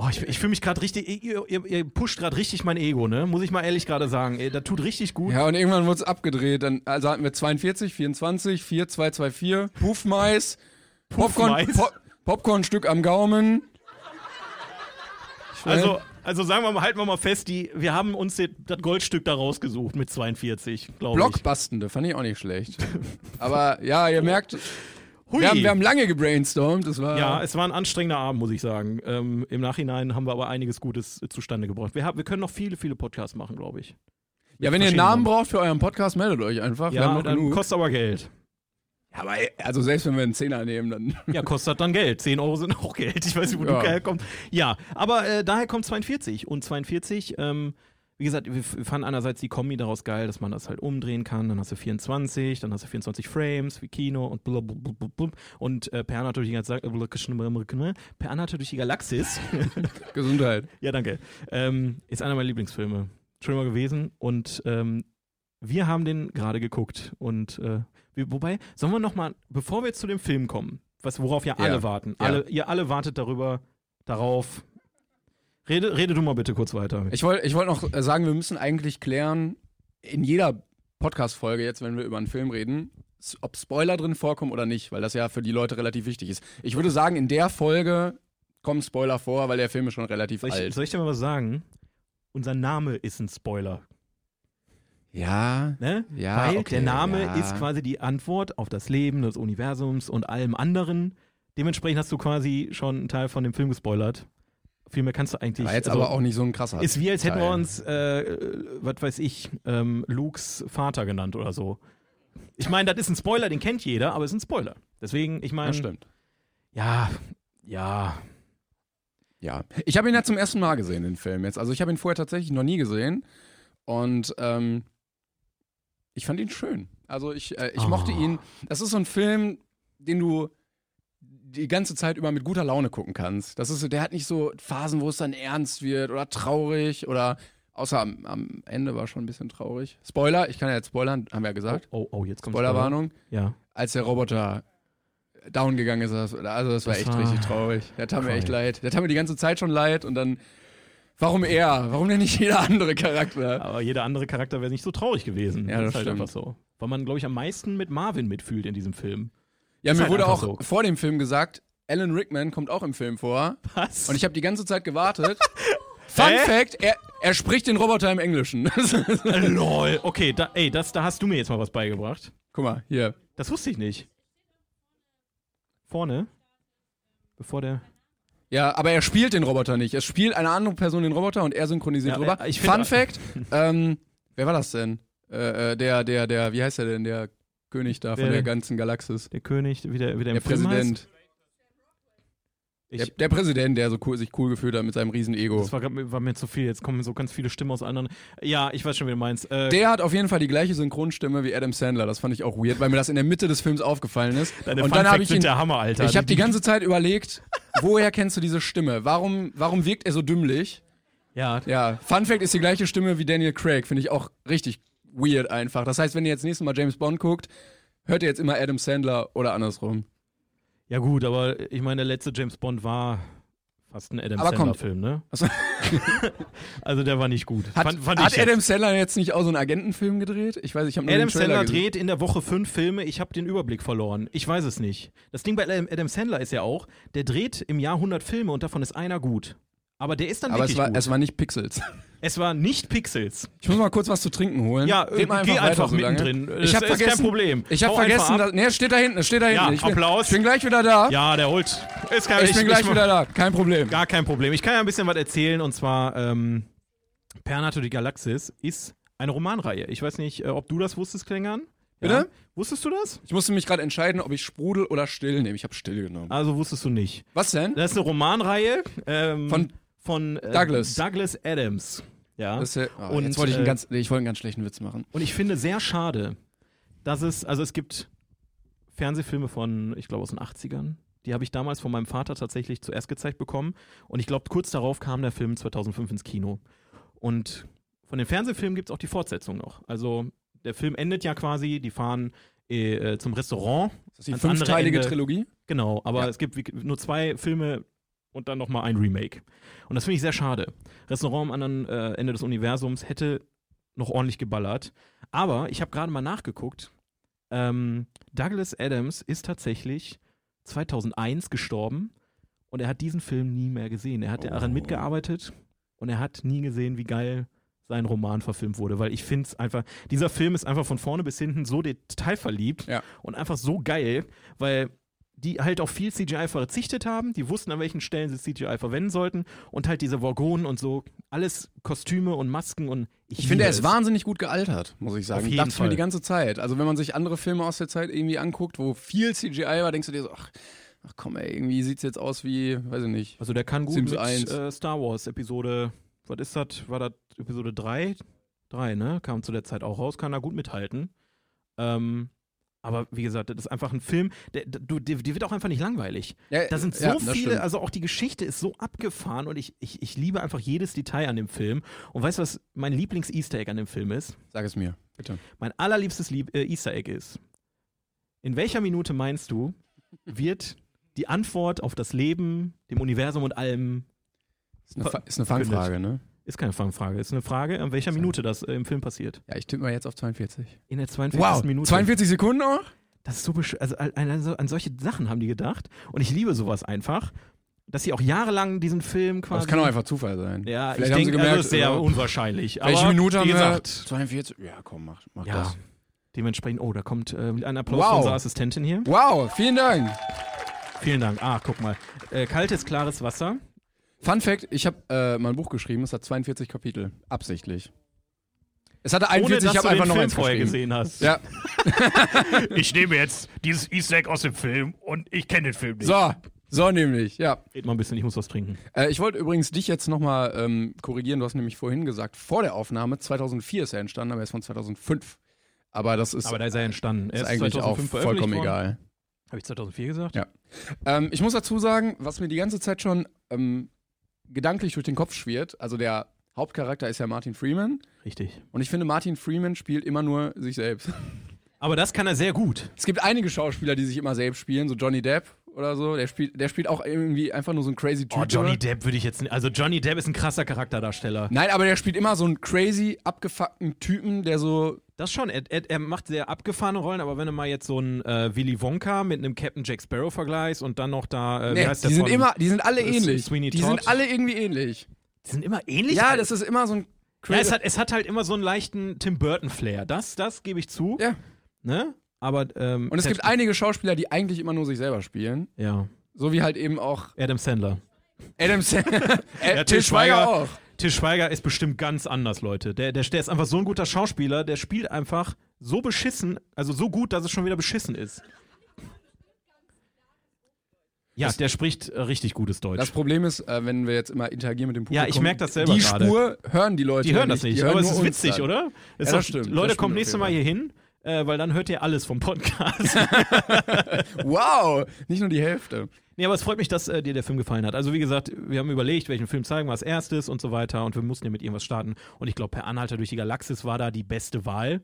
A: Oh, ich, ich fühle mich gerade richtig, ihr, ihr, ihr pusht gerade richtig mein Ego, ne? Muss ich mal ehrlich gerade sagen. Ey, das tut richtig gut.
B: Ja, und irgendwann wurde es abgedreht. Dann, also hatten wir 42, 24, 4, 2, 2, 4. Puffmais. Popcorn,
A: Puffmais.
B: Pop Popcornstück am Gaumen. Ich weiß-
A: also, also sagen wir mal, halten wir mal fest, die, wir haben uns den- das Goldstück da rausgesucht mit 42, glaube ich.
B: Blockbastende fand ich auch nicht schlecht. Aber ja, ihr merkt,
A: Hui.
B: wir haben, wir haben lange gebrainstormt. Das war.
A: ja, es war ein anstrengender Abend, muss ich sagen. Ähm, Im Nachhinein haben wir aber einiges Gutes äh, zustande gebracht. Wir, haben, wir können noch viele, viele Podcasts machen, glaube ich.
B: ja, wenn ihr einen
A: verschiedene Namen.
B: Namen braucht für euren Podcast, meldet euch einfach. wir haben
A: Ja,
B: noch
A: dann
B: genug.
A: kostet aber Geld.
B: Ja, aber ey, also selbst wenn wir einen Zehner nehmen, dann.
A: Ja, kostet dann Geld. 10 Euro sind auch Geld. Ich weiß nicht, wo
B: Ja.
A: du herkommst. Ja, aber äh, daher kommt 42. Und 42, ähm, wie gesagt, wir f- wir fanden einerseits die Kombi daraus geil, dass man das halt umdrehen kann. Dann hast du 24, dann hast du 24 Frames wie Kino und blub, blub, blub, blub, blub. Und äh, Pern hat durch die ganze Pern ne? hat durch die Galaxis.
B: Gesundheit.
A: ja, danke. Ähm, ist einer meiner Lieblingsfilme. Schon mal gewesen. Und ähm, wir haben den gerade geguckt. Und äh, wir, wobei, sollen wir nochmal, bevor wir jetzt zu dem Film kommen, was, worauf ja alle
B: Ja.
A: warten,
B: Ja.
A: alle, ihr alle wartet darüber, darauf. Rede, rede du mal bitte kurz weiter.
B: Ich wollte ich wollt noch äh, sagen, wir müssen eigentlich klären, in jeder Podcast-Folge jetzt, wenn wir über einen Film reden, s- ob Spoiler drin vorkommen oder nicht, weil das ja für die Leute relativ wichtig ist. Ich würde sagen, in der Folge kommen Spoiler vor, weil der Film ist schon relativ
A: soll, ich
B: alt.
A: soll ich dir mal was sagen? Unser Name ist ein Spoiler.
B: Ja.
A: Ne?
B: Ja,
A: Weil
B: okay,
A: der Name
B: ja.
A: ist quasi die Antwort auf das Leben des Universums und allem anderen. Dementsprechend hast du quasi schon einen Teil von dem Film gespoilert. Viel mehr kannst du eigentlich.
B: War jetzt
A: also,
B: aber auch nicht so ein krasser.
A: Ist wie, als hätten wir
B: Teil.
A: uns, äh, äh, was weiß ich, ähm, Lukes Vater genannt oder so. Ich meine, das ist ein Spoiler, den kennt jeder, aber es ist ein Spoiler. Deswegen, ich meine,
B: Das stimmt.
A: ja, ja,
B: Ja. Ich habe ihn ja zum ersten Mal gesehen, den Film jetzt. Also ich habe ihn vorher tatsächlich noch nie gesehen. Und ähm, ich fand ihn schön. Also ich, äh, ich
A: Oh.
B: mochte ihn. Das ist so ein Film, den du die ganze Zeit über mit guter Laune gucken kannst. Das ist, so- der hat nicht so Phasen, wo es dann ernst wird oder traurig oder außer am, am Ende war schon ein bisschen traurig. Spoiler, ich kann ja jetzt spoilern, haben wir ja gesagt.
A: Oh, oh, jetzt kommt
B: Spoilerwarnung.
A: Ja.
B: Als der Roboter down gegangen ist, das- also das war
A: Das
B: echt
A: war-
B: richtig traurig. Der tat mir echt
A: Cool.
B: leid. Der tat mir die ganze Zeit schon leid und dann, warum er? Warum denn nicht jeder andere Charakter?
A: Aber jeder andere Charakter wäre nicht so traurig gewesen.
B: Ja, das
A: ist halt
B: stimmt.
A: einfach so. Weil man, glaube ich, am meisten mit Marvin mitfühlt in diesem Film.
B: Ja, mir
A: halt
B: wurde
A: einfach so.
B: auch vor dem Film gesagt, Alan Rickman kommt auch im Film vor
A: Was?
B: und ich habe die ganze Zeit gewartet. Fun
A: Hä?
B: Fact, er, er spricht den Roboter im Englischen.
A: Äh, Lol. Okay, da, ey, das, da hast du mir jetzt mal was beigebracht.
B: Guck mal, hier.
A: Das wusste ich nicht. Vorne. Bevor der.
B: Ja, aber er spielt den Roboter nicht. Es spielt eine andere Person den Roboter und er synchronisiert
A: Ja,
B: drüber.
A: äh, ich find-
B: Fun Fact, ähm, wer war das denn? Äh, äh, der, der, der, wie heißt er denn? Der König da von
A: Der-
B: der ganzen Galaxis.
A: Der König, wie der, wie der,
B: Der
A: im Film
B: Präsident. Der,
A: Heißt. Ich,
B: der Präsident, der so cool, sich cool gefühlt hat mit seinem riesen Ego.
A: das war, grad mir- war mir zu viel. Jetzt kommen so ganz viele Stimmen aus anderen. Ja, ich weiß schon, wen du meinst. Äh,
B: Der hat auf jeden Fall die gleiche Synchronstimme wie Adam Sandler. Das fand ich auch weird, weil mir das in der Mitte des Films aufgefallen ist.
A: deine
B: und
A: Fun
B: dann habe
A: Facts
B: ich
A: sind
B: ihn.
A: der Hammer, Alter.
B: Ich habe die ganze Zeit überlegt, woher kennst du diese Stimme? Warum, warum wirkt er so dümmlich?
A: Ja,
B: Ja, Fun Fact ist die gleiche Stimme wie Daniel Craig. Finde ich auch richtig weird einfach. Das heißt, wenn ihr jetzt nächstes Mal James Bond guckt, hört ihr jetzt immer Adam Sandler oder andersrum.
A: ja, gut, aber ich meine, der letzte James Bond war fast ein Adam
B: Aber kommt.
A: Sandler-Film, ne?
B: Achso.
A: Also der war nicht gut.
B: Hat,
A: fand, fand
B: hat
A: ich jetzt.
B: Adam Sandler jetzt nicht auch so einen Agentenfilm gedreht? Ich weiß, ich habe nur
A: Adam
B: den Trailer
A: Sandler
B: gesehen.
A: dreht in der Woche fünf Filme, ich habe den Überblick verloren. Ich weiß es nicht. Das Ding bei Adam Adam Sandler ist ja auch, der dreht im Jahr 100 Filme und davon ist einer gut. Aber der ist dann
B: Aber
A: wirklich
B: es war,
A: gut.
B: es war nicht Pixels.
A: Es war nicht Pixels.
B: Ich muss mal kurz was zu trinken holen.
A: Ja,
B: Red mal
A: geh
B: weiter
A: einfach
B: so lange.
A: mittendrin.
B: Ich
A: Es
B: habe
A: ist kein
B: vergessen.
A: Problem.
B: Ich habe
A: Hau einfach
B: vergessen,
A: ab.
B: dass, nee, es steht da hinten, es steht da hinten. ich bin,
A: Applaus.
B: Ich bin gleich wieder da.
A: Ja, der holt. Ist kein,
B: ich bin gleich wieder da. Kein Problem.
A: Gar kein Problem. Ich kann ja ein bisschen was erzählen und zwar ähm, Pernato die Galaxis ist eine Romanreihe. Ich weiß nicht, äh, ob du das wusstest, Klängern. Ja.
B: Bitte?
A: Wusstest du das?
B: Ich musste mich gerade entscheiden, ob ich Sprudel oder Still nehme. Ich habe Still genommen.
A: Also wusstest du nicht.
B: Was denn?
A: Das ist eine Romanreihe ähm,
B: Von
A: von äh,
B: Douglas.
A: Douglas Adams. Ja.
B: Das ist ja, oh,
A: Und,
B: jetzt wollte ich,
A: äh,
B: einen ganz, nee, ich wollte einen ganz schlechten Witz machen.
A: Und ich finde sehr schade, dass es, also es gibt Fernsehfilme von, ich glaube, aus den 80ern. Die habe ich damals von meinem Vater tatsächlich zuerst gezeigt bekommen. Und ich glaube, kurz darauf kam der Film 2005 ins Kino. Und von den Fernsehfilmen gibt es auch die Fortsetzung noch. Also der Film endet ja quasi, die fahren äh, äh, zum Restaurant.
B: Ist das die
A: Ans andere
B: fünfteilige
A: Ende-
B: Trilogie?
A: Genau, aber
B: Ja.
A: es gibt wie- nur zwei Filme und dann nochmal ein Remake. Und das finde ich sehr schade. Restaurant am anderen äh, Ende des Universums hätte noch ordentlich geballert. Aber ich habe gerade mal nachgeguckt. Ähm, Douglas Adams ist tatsächlich 2001 gestorben und er hat diesen Film nie mehr gesehen. Er hat
B: Oh.
A: daran mitgearbeitet und er hat nie gesehen, wie geil sein Roman verfilmt wurde, weil ich finde es einfach, dieser Film ist einfach von vorne bis hinten so detailverliebt
B: Ja.
A: und einfach so geil, weil die halt auf viel CGI verzichtet haben, die wussten, an welchen Stellen sie CGI verwenden sollten und halt diese Gorgonen und so, alles Kostüme und Masken und ich,
B: Ich
A: liebe
B: finde, er ist wahnsinnig gut gealtert, muss ich sagen.
A: Auf jeden
B: Dachte ich mir
A: Fall.
B: die ganze Zeit. Also, wenn man sich andere Filme aus der Zeit irgendwie anguckt, wo viel CGI war, denkst du dir so, ach, ach komm, ey, irgendwie sieht's jetzt aus wie, weiß ich nicht.
A: Also der kann gut
B: Sims
A: mit
B: 1.
A: äh, Star Wars Episode, was ist das, war das Episode 3? 3, ne? Kam zu der Zeit auch raus, kann da gut mithalten. Ähm, aber wie gesagt, das ist einfach ein Film, der, der, du- dir dir wird auch einfach nicht langweilig.
B: Ja,
A: Da sind so
B: Äh, ja, das
A: viele,
B: stimmt.
A: also auch die Geschichte ist so abgefahren und ich, ich, ich liebe einfach jedes Detail an dem Film. Und weißt du, was mein Lieblings-Easter Egg an dem Film ist?
B: Sag es mir, bitte.
A: Mein allerliebstes Lieb äh, Easter Egg ist, in welcher Minute meinst du, wird die Antwort auf das Leben, dem Universum und allem
B: Ist eine, Fa ist eine Fangfrage, ne?
A: Ist keine Fangfrage, ist eine Frage, an welcher Minute das äh, im Film passiert.
B: Ja, ich tippe mal jetzt auf 42.
A: In der 42.
B: Wow,
A: Minute.
B: 42 Sekunden auch?
A: also Das ist so besch also, an, an, an solche Sachen haben die gedacht und ich liebe sowas einfach. dass sie auch jahrelang diesen Film
B: Aber
A: quasi.
B: es kann auch einfach Zufall sein.
A: ja,
B: Vielleicht
A: ich
B: haben
A: denke,
B: sie gemerkt,
A: also ist sehr
B: äh,
A: unwahrscheinlich.
B: welche
A: aber,
B: Minute haben
A: wie
B: wir?
A: gesagt,
B: 42. Ja, komm, mach, mach
A: Ja.
B: das.
A: Dementsprechend, oh, da kommt äh, ein Applaus
B: Wow.
A: von unserer Assistentin hier.
B: Wow, vielen Dank.
A: Vielen Dank. Ah, guck mal. Äh, kaltes, klares Wasser.
B: Fun Fact: Ich habe äh, mal ein Buch geschrieben, es hat 42 Kapitel. Absichtlich. Es hatte
A: Ohne
B: 41,
A: dass du
B: ich habe einfach
A: den
B: noch
A: Film
B: eins
A: vorher
B: geschrieben.
A: gesehen hast.
B: Ja.
C: Ich nehme jetzt dieses Easter Egg aus dem Film und ich kenne den Film nicht.
B: So, so nämlich, ja.
A: Geht mal ein bisschen, ich muss was trinken.
B: Äh, ich wollte übrigens dich jetzt nochmal ähm, korrigieren. Du hast nämlich vorhin gesagt, vor der Aufnahme, 2004 ist er entstanden, aber er ist von 2005. Aber das ist,
A: Aber da ist er entstanden. Er
B: ist
A: ist
B: eigentlich auch
A: 2005 veröffentlicht
B: vollkommen
A: worden.
B: egal.
A: Habe ich 2004 gesagt?
B: Ja. Ähm, ich muss dazu sagen, was mir die ganze Zeit schon ähm, gedanklich durch den Kopf schwirrt, also der Hauptcharakter ist ja Martin Freeman
A: Richtig.
B: und ich finde, Martin Freeman spielt immer nur sich selbst.
A: Aber das kann er sehr gut.
B: Es gibt einige Schauspieler, die sich immer selbst spielen, so Johnny Depp oder so, der spielt, der spielt auch irgendwie einfach nur so einen crazy Typ.
A: Oh, Johnny Depp würde ich jetzt nicht. Also Johnny Depp ist ein krasser Charakterdarsteller.
B: Nein, aber der spielt immer so einen crazy, abgefuckten Typen, der so,
A: Das schon. Er, er, er macht sehr abgefahrene Rollen, aber wenn du mal jetzt so einen äh, Willy Wonka mit einem Captain Jack Sparrow vergleichst und dann noch da. Äh,
B: nee,
A: wie heißt
B: die
A: der
B: sind
A: von-
B: immer, die sind alle
A: S-
B: ähnlich.
A: Sweeney
B: die
A: Todd?
B: sind alle irgendwie ähnlich.
A: Die sind immer ähnlich.
B: ja, das ist immer so ein
A: Ja, es
B: crazy.
A: hat, es hat halt immer so einen leichten Tim Burton-Flair. Das, das gebe ich zu.
B: Ja.
A: Ne? Aber. Ähm,
B: und es
A: Ted-
B: gibt einige Schauspieler, die eigentlich immer nur sich selber spielen,
A: Ja.
B: so wie halt eben auch
A: Adam Sandler.
B: Adam Sandler.
A: Ja,
B: ja,
A: Til
B: Til
A: Schweiger.
B: Schweiger auch.
A: Til Schweiger ist bestimmt ganz anders, Leute. Der, der, der ist einfach so ein guter Schauspieler, der spielt einfach so beschissen, also so gut, dass es schon wieder beschissen ist. Ja, der spricht äh, richtig gutes Deutsch.
B: Das Problem ist, äh, wenn wir jetzt immer interagieren mit dem
A: Ja,
B: Publikum.
A: ich merk das selber
B: Die
A: gerade.
B: Spur hören die Leute
A: die hören das nicht,
B: Die hören
A: aber es
B: nur
A: ist
B: uns
A: witzig,
B: dann.
A: oder? Ist
B: Ja, das stimmt, das
A: Leute,
B: stimmt
A: kommt
B: auf
A: nächstes
B: jeden
A: Mal
B: Fall.
A: hier hin, äh, weil dann hört ihr alles vom Podcast.
B: Wow, nicht nur die Hälfte.
A: Nee, aber es freut mich, dass äh, dir der Film gefallen hat. Also wie gesagt, wir haben überlegt, welchen Film zeigen wir als erstes und so weiter und wir mussten ja mit irgendwas starten. Und ich glaube, per Anhalter durch die Galaxis war da die beste Wahl.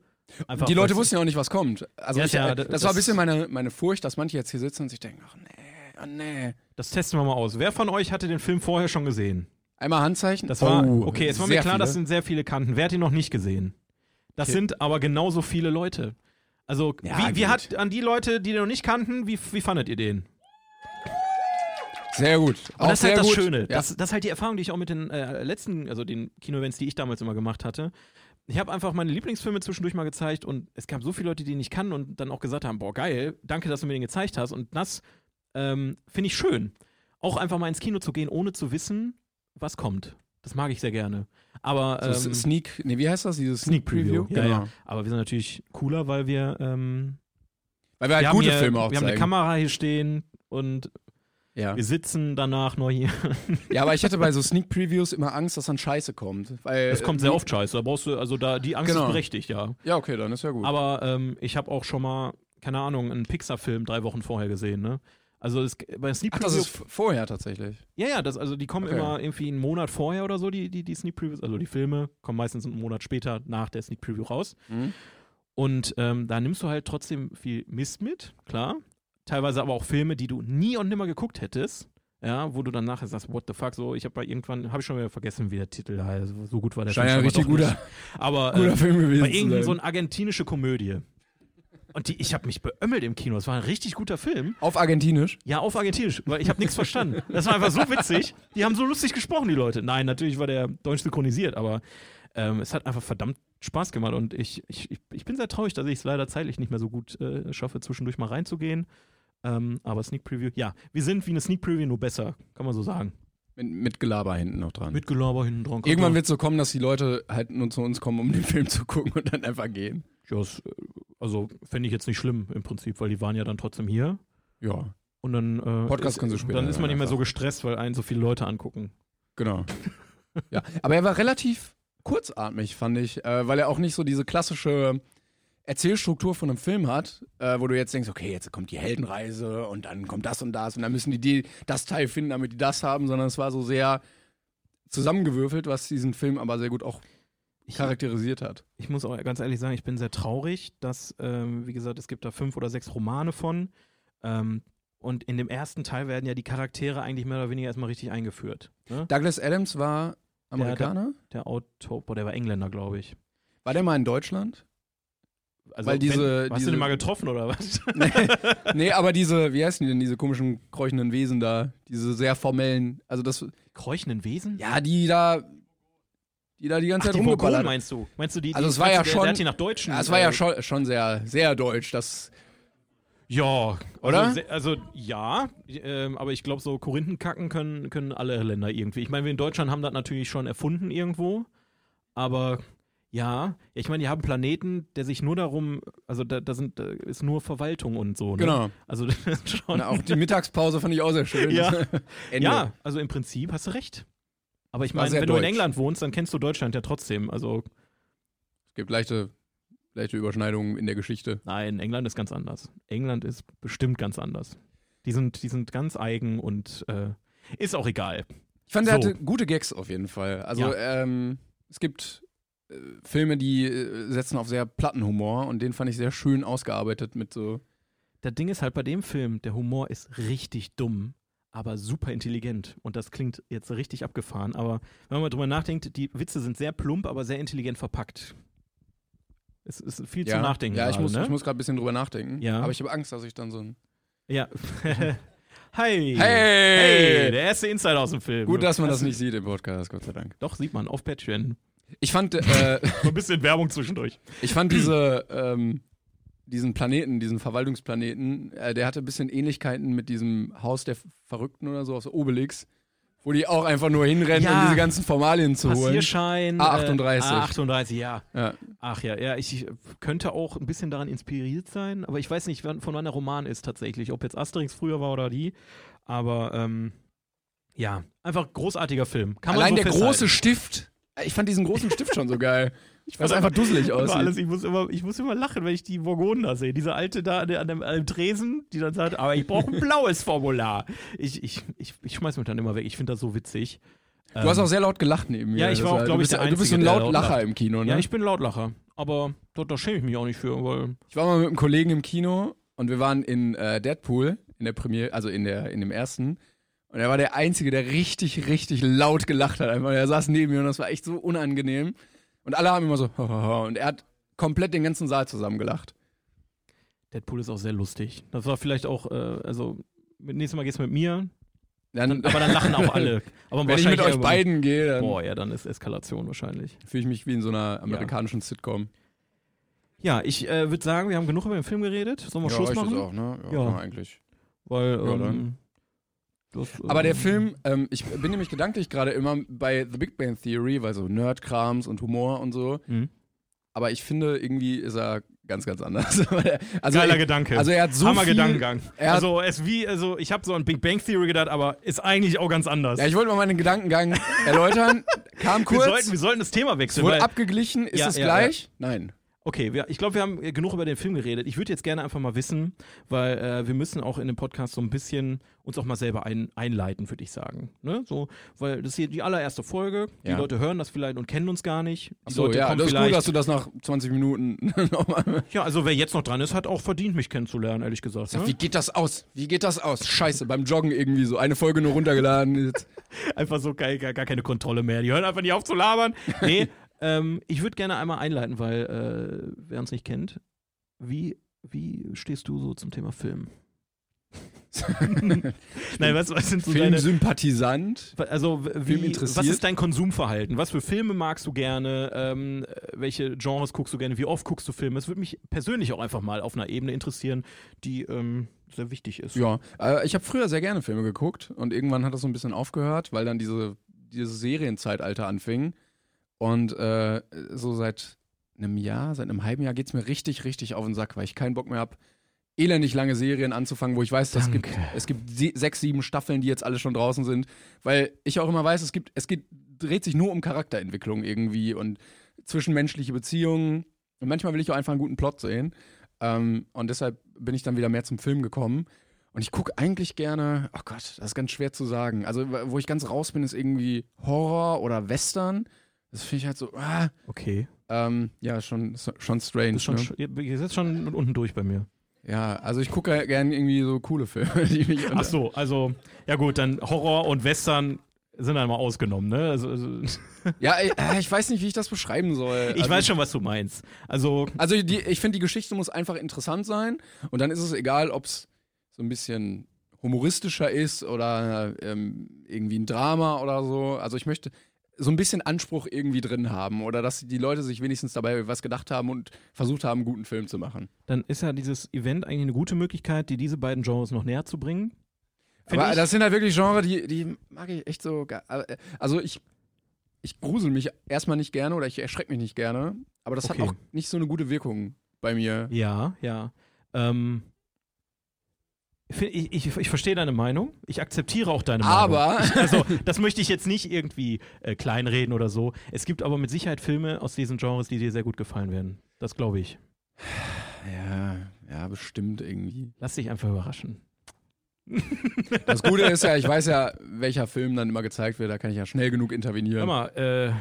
A: Einfach,
B: Die Leute
A: weil's-
B: wussten ja auch nicht, was kommt. Also
A: Ja,
B: ich,
A: ja,
B: äh,
A: das-
B: das, war ein
A: das-
B: bisschen meine, meine Furcht, dass manche jetzt hier sitzen und sich denken, ach nee, ach nee.
A: Das testen wir mal aus. Wer von euch hatte den Film vorher schon gesehen?
B: Einmal Handzeichen.
A: Das war,
B: Oh,
A: okay, es war mir
B: sehr
A: klar,
B: viele.
A: das sind sehr viele Kanten. Wer hat ihn noch nicht gesehen? Das
B: Okay.
A: sind aber genauso viele Leute. Also,
B: Ja,
A: wie, wie
B: gut.
A: hat an die Leute, die den noch nicht kannten, wie, wie fandet ihr den?
B: Sehr gut.
A: Und
B: Auch
A: das ist halt
B: sehr
A: das
B: gut.
A: Schöne.
B: Ja.
A: Das, das ist halt die Erfahrung, die ich auch mit den äh, letzten, also den Kino-Events, die ich damals immer gemacht hatte. Ich habe einfach meine Lieblingsfilme zwischendurch mal gezeigt und es gab so viele Leute, die ihn nicht kannten und dann auch gesagt haben: Boah, geil, danke, dass du mir den gezeigt hast. Und das ähm, finde ich schön. Auch einfach mal ins Kino zu gehen, ohne zu wissen, was kommt. Das mag ich sehr gerne. Aber. Ähm,
B: so, Sneak, nee, wie heißt das? Dieses Sneak Preview? Genau.
A: Ja, ja. Aber wir sind natürlich cooler, weil wir, ähm,
B: Weil wir halt
A: wir haben
B: gute
A: hier,
B: Filme auch
A: wir haben
B: zeigen.
A: eine Kamera hier stehen und
B: ja.
A: wir sitzen danach noch hier.
B: ja, aber ich hatte bei so Sneak Previews immer Angst, dass dann Scheiße kommt. Weil,
A: Das kommt sehr oft scheiße. Da brauchst du, also da, die Angst
B: Äh, Genau.
A: ist berechtigt, ja.
B: Ja, okay, dann ist ja gut.
A: Aber ähm, ich habe auch schon mal, keine Ahnung, einen Pixar-Film drei Wochen vorher gesehen, ne? Also es, bei Sneak
B: Ach, das
A: Previews.
B: ist v- vorher tatsächlich.
A: Ja, ja, das, also die kommen
B: Okay.
A: immer irgendwie einen Monat vorher oder so, die, die, die Sneak Previews, also die Filme kommen meistens einen Monat später nach der Sneak Preview raus.
B: Mhm.
A: Und ähm, da nimmst du halt trotzdem viel Mist mit, klar. Teilweise aber auch Filme, die du nie und nimmer geguckt hättest. Ja, wo du dann nachher sagst, what the fuck, so, ich habe bei irgendwann, habe ich schon wieder vergessen, wie der Titel heißt. So gut war der
B: Scheint ja ein
A: Film. schon
B: richtig
A: mal doch
B: guter,
A: nicht. Aber, äh,
B: guter Film gewesen.
A: Bei
B: zu
A: irgendeiner
B: sein.
A: so eine argentinische Komödie. Und die, ich habe mich beömmelt im Kino. Es war ein richtig guter Film.
B: Auf Argentinisch.
A: Ja, auf Argentinisch, weil ich habe nichts verstanden. Das war einfach so witzig. Die haben so lustig gesprochen, die Leute. Nein, natürlich war der deutsch synchronisiert, aber ähm, es hat einfach verdammt Spaß gemacht. Und ich, ich, ich- ich bin sehr traurig, dass ich es leider zeitlich nicht mehr so gut äh, schaffe, zwischendurch mal reinzugehen. Ähm, aber Sneak Preview, ja, wir sind wie eine Sneak Preview, nur besser, kann man so sagen.
B: Mit, mit Gelaber hinten noch dran.
A: Mit Gelaber hinten dran.
B: Irgendwann wird es so kommen, dass die Leute halt nur zu uns kommen, um den Film zu gucken und dann einfach gehen.
A: Ja, es, äh, also fände ich jetzt nicht schlimm im Prinzip, weil die waren ja dann trotzdem hier.
B: Ja,
A: Und dann, äh,
B: Podcast
A: ist-
B: kannst du später
A: dann ist man nicht
B: hören
A: mehr so
B: einfach.
A: gestresst, weil einen so viele Leute angucken.
B: genau. ja, aber er war relativ kurzatmig, fand ich, äh, weil er auch nicht so diese klassische Erzählstruktur von einem Film hat, äh, wo du jetzt denkst, okay, jetzt kommt die Heldenreise und dann kommt das und das und dann müssen die, die das Teil finden, damit die das haben, sondern es war so sehr zusammengewürfelt, was diesen Film aber sehr gut auch
A: Ich,
B: charakterisiert hat.
A: ich muss auch ganz ehrlich sagen, ich bin sehr traurig, dass, ähm, wie gesagt, es gibt da fünf oder sechs Romane von. Ähm, und in dem ersten Teil werden ja die Charaktere eigentlich mehr oder weniger erstmal richtig eingeführt. Ne?
B: Douglas Adams war Amerikaner.
A: Der Autor, boah, der war Engländer, glaube ich.
B: war der mal in Deutschland?
A: Also,
B: Weil diese-
A: Wenn, hast
B: diese-
A: du den mal getroffen oder was?
B: nee, aber diese, wie heißen die denn, diese komischen kräuchenden Wesen da? Diese sehr formellen, also das,
A: Kräuchenden Wesen?
B: ja, die da, die da die ganze
A: Ach,
B: Zeit
A: die Mongolen
B: rumgeballert.
A: meinst du? Meinst du die?
B: Also
A: die,
B: es war ja
A: der,
B: schon-
A: Der hat die nach Deutschen.
B: Ja, es war ja
A: äh,
B: schon, schon sehr, sehr deutsch, das,
A: Ja,
B: Oder?
A: Also, se- also ja, ähm, aber ich glaube, so Korinthenkacken können, können alle Länder irgendwie. Ich meine, wir in Deutschland haben das natürlich schon erfunden irgendwo, aber ja, ich meine, die haben Planeten, der sich nur darum, also da, da, sind, da ist nur Verwaltung und so. Ne?
B: genau.
A: Also das ist schon.
B: Und auch die Mittagspause fand ich auch sehr schön.
A: Ja.
B: Ende.
A: ja, also im Prinzip hast du recht. Aber ich
B: War
A: meine,
B: sehr
A: wenn du in
B: deutsch.
A: England wohnst, dann kennst du Deutschland ja trotzdem. Also
B: Es gibt leichte, leichte Überschneidungen in der Geschichte.
A: nein, England ist ganz anders. England ist bestimmt ganz anders. Die sind, die sind ganz eigen und äh, ist auch egal.
B: Ich fand, er
A: So.
B: hatte gute Gags auf jeden Fall. Also ähm, es gibt äh, Filme, die äh, setzen auf sehr platten Humor und den fand ich sehr schön ausgearbeitet mit so.
A: Das Ding ist halt bei dem Film, der Humor ist richtig dumm, aber super intelligent. Und das klingt jetzt richtig abgefahren, aber wenn man mal drüber nachdenkt, die Witze sind sehr plump, aber sehr intelligent verpackt. Es ist viel
B: ja,
A: zum Nachdenken.
B: Ja, ich
A: gerade,
B: muss,
A: ne?
B: ich muss gerade ein bisschen drüber nachdenken.
A: Ja.
B: Aber ich habe Angst, dass ich dann so ein.
A: Ja. Hi.
B: Hey!
A: Hey, der erste Insider aus dem Film.
B: Gut, dass man das nicht sieht im Podcast, Gott sei Dank.
A: Doch, sieht man auf Patreon.
B: Ich fand, äh,
A: So ein bisschen Werbung zwischendurch.
B: ich fand diese, ähm, diesen Planeten, diesen Verwaltungsplaneten, äh, der hatte ein bisschen Ähnlichkeiten mit diesem Haus der Verrückten oder so aus Obelix, wo die auch einfach nur hinrennen, um
A: Ja.
B: diese ganzen Formalien zu holen.
A: Passierschein.
B: A38.
A: Äh, A38, ja.
B: Ja.
A: Ach ja, ja, ich ich könnte auch ein bisschen daran inspiriert sein, aber ich weiß nicht, wann, von wann der Roman ist tatsächlich, ob jetzt Asterix früher war oder die. Aber ähm, ja, einfach großartiger Film. Kann
B: Allein
A: man so
B: der große Stift. Ich fand diesen großen Stift schon so geil. Ich fand
A: fand
B: einfach dusselig
A: Immer
B: aus.
A: alles, ich, muss immer, ich muss immer lachen, wenn ich die Burgonen da sehe. Diese alte da an, der, an, dem, an dem Tresen, die dann sagt, aber ich brauche ein blaues Formular. Ich, ich, ich, ich schmeiß mich dann immer weg. Ich finde das so witzig. Ähm,
B: Du hast auch sehr laut gelacht neben mir.
A: Ja, ich
B: Das
A: war auch, glaub
B: du
A: ich,
B: bist,
A: der
B: Du bist so ein
A: Einzige, der
B: laut
A: laut
B: Lacher
A: lacht.
B: im Kino, ne?
A: Ja, ich bin Lautlacher. Aber da, da schäme ich mich auch nicht für, weil.
B: Ich war mal mit einem Kollegen im Kino und wir waren in äh, Deadpool in der Premiere, also in, der, in dem ersten. Und er war der Einzige, der richtig, richtig laut gelacht hat. Einfach. Er saß neben mir und das war echt so unangenehm. Und alle haben immer so, und er hat komplett den ganzen Saal zusammengelacht.
A: Deadpool ist auch sehr lustig. Das war vielleicht auch, äh, also, mit- nächstes Mal geht's mit mir,
B: Dann,
A: aber dann lachen auch alle. Aber
B: wenn ich mit
A: wahrscheinlich
B: euch
A: eher-
B: beiden gehe, dann
A: Boah, ja, dann ist Eskalation wahrscheinlich.
B: fühle ich mich wie in so einer amerikanischen Sitcom.
A: Ja, ich äh, würde sagen, wir haben genug über den Film geredet. Sollen wir Schluss
B: euch das
A: machen?
B: auch, ne?
A: Ja.
B: kann man eigentlich.
A: Weil,
B: Ja,
A: ähm,
B: dann.
A: das,
B: Aber der
A: ähm,
B: Film, ähm, ich bin nämlich gedanklich gerade immer bei The Big Bang Theory, weil so Nerdkrams und Humor und so.
A: Mhm.
B: Aber ich finde, irgendwie ist er ganz, ganz anders. Weil er- also,
A: Geiler
B: er,
A: Gedanke.
B: also er hat so
A: Hammer
B: viel,
A: Gedankengang.
B: Er hat,
A: Also, es wie, also, ich habe so an Big Bang Theory gedacht, aber ist eigentlich auch ganz anders.
B: ja, ich wollte mal meinen Gedankengang erläutern. Kam
A: wir,
B: kurz,
A: sollten, wir sollten das Thema wechseln.
B: wurde
A: Weil,
B: abgeglichen, ist
A: Ja,
B: es
A: ja,
B: gleich? Nein.
A: okay, wir, ich glaube, wir haben äh, genug über den Film geredet. Ich würde jetzt gerne einfach mal wissen, weil äh, wir müssen auch in dem Podcast so ein bisschen uns auch mal selber ein, einleiten, würde ich sagen. Ne? So, weil das ist hier die allererste Folge. Die
B: Ja.
A: Leute hören das vielleicht und kennen uns gar nicht. Die
B: So,
A: Leute
B: ja,
A: kommen
B: das ist
A: vielleicht.
B: gut, dass du das nach 20 Minuten nochmal.
A: ja, also wer jetzt noch dran ist, hat auch verdient, mich kennenzulernen, ehrlich gesagt. Ne?
B: Wie geht das aus? Wie geht das aus? Scheiße, beim Joggen irgendwie so eine Folge nur runtergeladen. Jetzt.
A: einfach so gar, gar, gar keine Kontrolle mehr. Die hören einfach nicht auf zu labern. Nee, ähm, ich würde gerne einmal einleiten, weil äh, wer uns nicht kennt, wie, wie stehst du so zum Thema Film? Nein, was, was sind so deine.
B: Filmsympathisant.
A: Also, w-
B: Film
A: wie,
B: interessiert.
A: was ist dein Konsumverhalten? Was für Filme magst du gerne? Ähm, welche Genres guckst du gerne? Wie oft guckst du Filme? Das würde mich persönlich auch einfach mal auf einer Ebene interessieren, die ähm, sehr wichtig ist.
B: Ja, äh, ich habe früher sehr gerne Filme geguckt und irgendwann hat das so ein bisschen aufgehört, weil dann diese, dieses Serienzeitalter anfing. Und äh, so seit einem Jahr, seit einem halben Jahr geht es mir richtig, richtig auf den Sack, weil ich keinen Bock mehr habe, elendig lange Serien anzufangen, wo ich weiß, das gibt, es gibt sie- sechs, sieben Staffeln, die jetzt alle schon draußen sind. Weil ich auch immer weiß, es, gibt, es geht, dreht sich nur um Charakterentwicklung irgendwie und zwischenmenschliche Beziehungen. Und manchmal will ich auch einfach einen guten Plot sehen. Ähm, und deshalb bin ich dann wieder mehr zum Film gekommen. Und ich gucke eigentlich gerne, oh Gott, das ist ganz schwer zu sagen. Also, wo ich ganz raus bin, ist irgendwie Horror oder Western. Das finde ich halt so, ah,
A: Okay.
B: ähm, ja, schon, schon strange.
A: Bist schon,
B: ne?
A: sch- ihr seid schon unten durch bei mir.
B: Ja, also ich gucke ja gerne irgendwie so coole Filme, die mich
A: Ach so, also, ja gut, dann Horror und Western sind einmal ausgenommen, ne? Also, also,
B: Ja, ich, äh, ich weiß nicht, wie ich das beschreiben soll.
A: ich
B: also,
A: weiß schon, was du meinst. Also,
B: Also die, ich finde, die Geschichte muss einfach interessant sein und dann ist es egal, ob es so ein bisschen humoristischer ist oder ähm, irgendwie ein Drama oder so. Also ich möchte so ein bisschen Anspruch irgendwie drin haben oder dass die Leute sich wenigstens dabei was gedacht haben und versucht haben, einen guten Film zu machen.
A: dann ist ja dieses Event eigentlich eine gute Möglichkeit, die diese beiden Genres noch näher zu bringen. Find
B: Aber
A: ich.
B: das sind halt wirklich Genre, die, die mag ich echt so. ga- äh, Also ich, ich grusel mich erstmal nicht gerne oder ich erschrecke mich nicht gerne, aber das
A: Okay.
B: hat auch nicht so eine gute Wirkung bei mir.
A: Ja, ja. Ähm, fi- ich, ich, ich verstehe deine Meinung. Ich akzeptiere auch deine Meinung.
B: Aber
A: Also, das möchte ich jetzt nicht irgendwie äh, kleinreden oder so. Es gibt aber mit Sicherheit Filme aus diesen Genres, die dir sehr gut gefallen werden. Das glaube ich.
B: Ja, ja, bestimmt irgendwie.
A: Lass dich einfach überraschen.
B: Das Gute ist ja, ich weiß ja, welcher Film dann immer gezeigt wird, da kann ich ja schnell genug
A: Hör
B: intervenieren.
A: mal, äh,